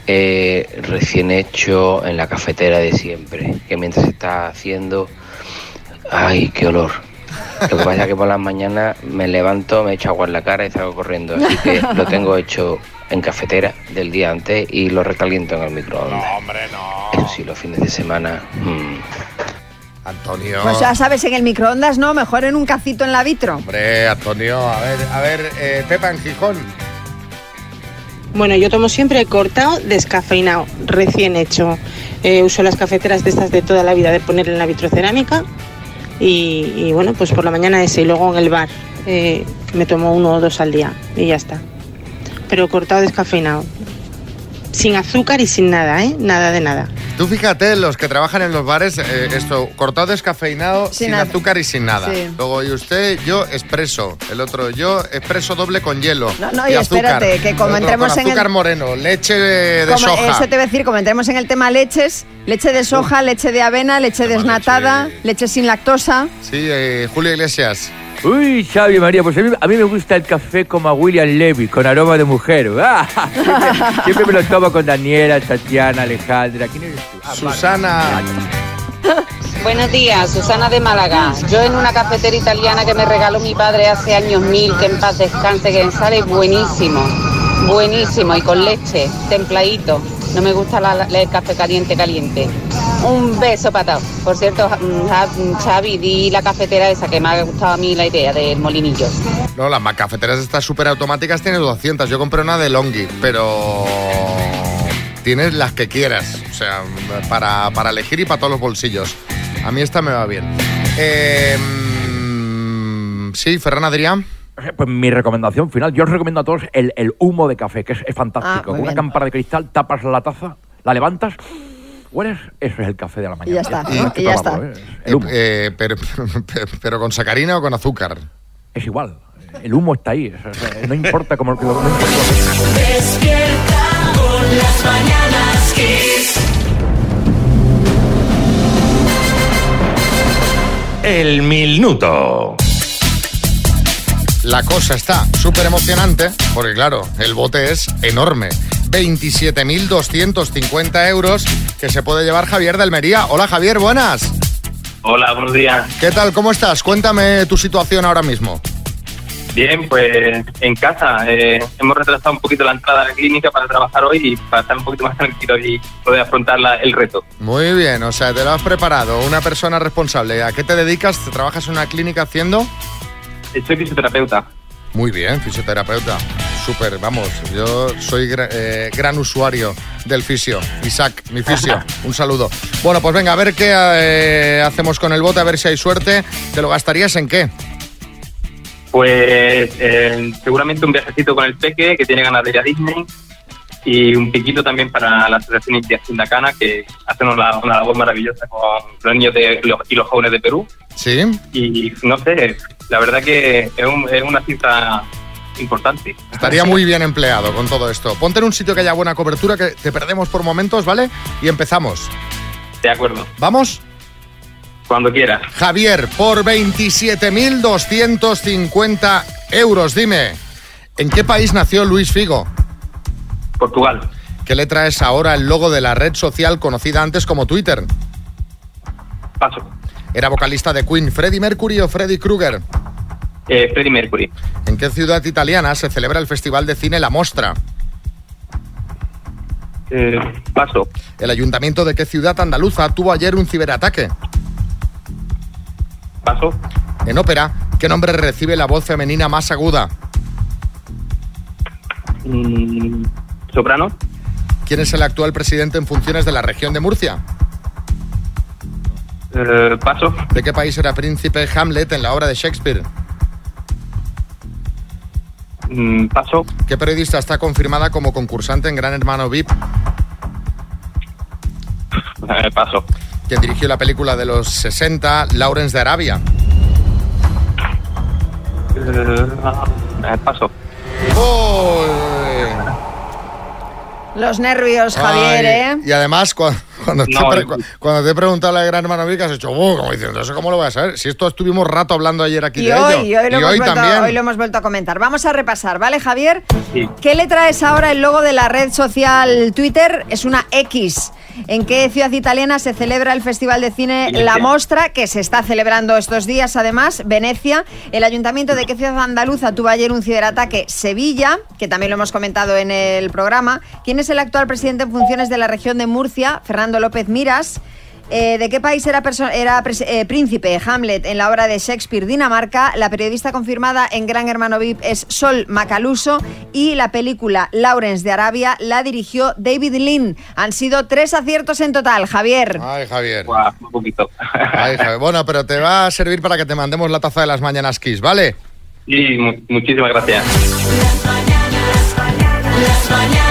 [SPEAKER 22] eh, recién hecho en la cafetera de siempre, que mientras se está haciendo, ay, qué olor. Lo que pasa es que por las mañanas me levanto, me echo agua en la cara y salgo corriendo. Así que lo tengo hecho en cafetera del día antes y lo recaliento en el microondas. No, hombre, no. Eso sí, los fines de semana. mm.
[SPEAKER 3] Antonio.
[SPEAKER 4] Pues ya sabes, en el microondas no, mejor en un cacito en la vitro.
[SPEAKER 3] Hombre, Antonio, a ver, a ver, eh, Pepa en Gijón.
[SPEAKER 29] Bueno, yo tomo siempre cortado, descafeinado, recién hecho. Eh, uso las cafeteras de estas de toda la vida de poner en la vitrocerámica y, y bueno, pues por la mañana ese y luego en el bar eh, que me tomo uno o dos al día y ya está. Pero cortado, descafeinado. Sin azúcar y sin nada, ¿eh? Nada de nada.
[SPEAKER 3] Tú fíjate, los que trabajan en los bares, eh, esto, cortado, descafeinado, sin,
[SPEAKER 4] nada.
[SPEAKER 3] azúcar y sin nada.
[SPEAKER 4] Sí.
[SPEAKER 3] Luego, y usted, yo, expreso. El otro, yo, expreso doble con hielo.
[SPEAKER 4] No, no,
[SPEAKER 3] y,
[SPEAKER 4] y
[SPEAKER 3] azúcar.
[SPEAKER 4] espérate, que como
[SPEAKER 3] El otro,
[SPEAKER 4] entremos
[SPEAKER 3] con
[SPEAKER 4] en el-
[SPEAKER 3] azúcar moreno, leche de, de
[SPEAKER 4] Como-
[SPEAKER 3] soja.
[SPEAKER 4] Eso te voy a decir, como entremos en el tema leches, leche de soja, leche de avena, leche desnatada, leche sin lactosa.
[SPEAKER 3] Sí, eh, Julio Iglesias.
[SPEAKER 26] Uy, Xavi María, pues a mí, a mí me gusta el café como a William Levy, con aroma de mujer. Ah, siempre, siempre me lo tomo con Daniela, Tatiana, Alejandra. ¿Quién eres tú? Ah,
[SPEAKER 3] Susana.
[SPEAKER 11] Buenos días, Susana de Málaga. Yo en una cafetera italiana que me regaló mi padre hace años mil, que en paz descanse, que me sale buenísimo, buenísimo y con leche, templadito. No me gusta la- la- el café caliente, caliente. Un beso para todos. Por cierto, Ja- Ja- Xavi, di la cafetera esa que me ha gustado a mí la idea del molinillo.
[SPEAKER 3] No, las ma- cafeteras estas súper automáticas tienes 200. Yo compré una de Longi, pero tienes las que quieras. O sea, para, para elegir y para todos los bolsillos. A mí esta me va bien. Eh, mm, sí, Ferran Adrián.
[SPEAKER 26] Pues mi recomendación final, yo os recomiendo a todos el, el humo de café, que es, es
[SPEAKER 4] Ah, muy
[SPEAKER 26] fantástico. Con una
[SPEAKER 4] bien.
[SPEAKER 26] cámpara de cristal, tapas la taza, la levantas, hueles, eso es el café de la mañana.
[SPEAKER 4] Y ya está,
[SPEAKER 26] Y-
[SPEAKER 4] ¿no?
[SPEAKER 26] hay que
[SPEAKER 4] Y ya está.
[SPEAKER 26] probarlo, ¿eh?
[SPEAKER 3] Eh, pero, pero con sacarina o con azúcar.
[SPEAKER 26] Es igual, el humo está ahí, o sea, o sea, no importa cómo... cómo- no importa.
[SPEAKER 1] Despierta con las mañanas Kiss.
[SPEAKER 6] El minuto.
[SPEAKER 3] La cosa está súper emocionante, porque claro, el bote es enorme. 27.250 euros que se puede llevar Javier de Almería. Hola Javier, buenas.
[SPEAKER 15] Hola, buenos días.
[SPEAKER 3] ¿Qué tal? ¿Cómo estás? Cuéntame tu situación ahora mismo.
[SPEAKER 15] Bien, pues en casa. eh, hemos retrasado un poquito la entrada a la clínica para trabajar hoy y para estar un poquito más tranquilos y poder afrontar la- el reto.
[SPEAKER 3] Muy bien, o sea, te lo has preparado, una persona responsable. ¿A qué te dedicas? ¿Te trabajas en una clínica haciendo?
[SPEAKER 15] Soy fisioterapeuta.
[SPEAKER 3] Muy bien, fisioterapeuta. Súper, vamos, yo soy gra- eh, gran usuario del fisio. Isaac, mi fisio, un saludo. Bueno, pues venga, a ver qué eh, hacemos con el bote, a ver si hay suerte. ¿Te lo gastarías en qué?
[SPEAKER 15] Pues eh, seguramente un viajecito con el peque que tiene ganas de ir a Disney y un piquito también para la Asociación India Sindacana que hacen una, una labor maravillosa con los niños de- los- y los jóvenes de Perú.
[SPEAKER 3] Sí.
[SPEAKER 15] Y no sé, la verdad que es, un- es una cita importante.
[SPEAKER 3] Estaría muy bien empleado con todo esto. Ponte en un sitio que haya buena cobertura, que te perdemos por momentos, ¿vale? Y empezamos.
[SPEAKER 15] De acuerdo,
[SPEAKER 3] ¿Vamos?
[SPEAKER 15] cuando quieras.
[SPEAKER 3] Javier, por 27.250 euros, dime, ¿en qué país nació Luis Figo?
[SPEAKER 15] Portugal.
[SPEAKER 3] ¿Qué letra es ahora el logo de la red social conocida antes como Twitter?
[SPEAKER 15] Paso.
[SPEAKER 3] ¿Era vocalista de Queen Freddie Mercury o Freddie Krueger?
[SPEAKER 15] Eh, Freddie Mercury,
[SPEAKER 3] ¿En qué ciudad italiana se celebra el Festival de Cine La Mostra?
[SPEAKER 15] eh, paso.
[SPEAKER 3] ¿El ayuntamiento de qué ciudad andaluza tuvo ayer un ciberataque?
[SPEAKER 15] Paso.
[SPEAKER 3] En ópera, ¿qué nombre recibe la voz femenina más aguda?
[SPEAKER 15] Mm, soprano,
[SPEAKER 3] ¿Quién es el actual presidente en funciones de la región de Murcia?
[SPEAKER 15] eh, paso.
[SPEAKER 3] ¿De qué país era príncipe Hamlet en la obra de Shakespeare?
[SPEAKER 15] Mm, paso.
[SPEAKER 3] ¿Qué periodista está confirmada como concursante en Gran Hermano VIP?
[SPEAKER 15] Eh, paso.
[SPEAKER 3] Quien dirigió la película de los 60, Lawrence de Arabia.
[SPEAKER 15] Eh, ah, paso.
[SPEAKER 3] ¡Gol!
[SPEAKER 4] Los ¿eh? nervios, Javier,
[SPEAKER 3] Ay,
[SPEAKER 4] ¿eh?
[SPEAKER 3] Y además, cua- cuando, Cuando te,
[SPEAKER 6] No,
[SPEAKER 3] pre-
[SPEAKER 6] el-
[SPEAKER 3] cu- cuando te he preguntado la gran hermano Vic, has hecho, "Uh", como diciendo, ¿eso cómo lo voy a saber? Si esto estuvimos rato hablando ayer aquí
[SPEAKER 4] Y
[SPEAKER 3] de
[SPEAKER 4] hoy,
[SPEAKER 3] ello.
[SPEAKER 4] y hoy lo
[SPEAKER 3] y
[SPEAKER 4] hemos
[SPEAKER 3] hoy
[SPEAKER 4] vuelto,
[SPEAKER 3] también.
[SPEAKER 4] hoy lo hemos vuelto a comentar. Vamos a repasar, ¿vale, Javier?
[SPEAKER 6] Sí.
[SPEAKER 4] ¿Qué le traes ahora el logo de la red social Twitter? Es una X. ¿En qué ciudad italiana se celebra el Festival de Cine
[SPEAKER 6] Venecia.
[SPEAKER 4] La Mostra, que se está celebrando estos días además? Venecia. ¿El ayuntamiento de qué ciudad andaluza tuvo ayer un ciberataque? Sevilla, que también lo hemos comentado en el programa. ¿Quién es el actual presidente en funciones de la región de Murcia? Fernando López Miras. Eh, ¿De qué país era, perso- era pres- eh, príncipe Hamlet en la obra de Shakespeare Dinamarca? La periodista confirmada en Gran Hermano VIP es Sol Macaluso y la película Lawrence de Arabia la dirigió David Lynn. Han sido tres aciertos en total, Javier.
[SPEAKER 3] Ay, Javier.
[SPEAKER 6] un poquito.
[SPEAKER 3] Ay, Javier. Bueno, pero te va a servir para que te mandemos la taza de las mañanas Kiss, ¿vale?
[SPEAKER 6] Y mu- muchísimas gracias.
[SPEAKER 1] Las mañanas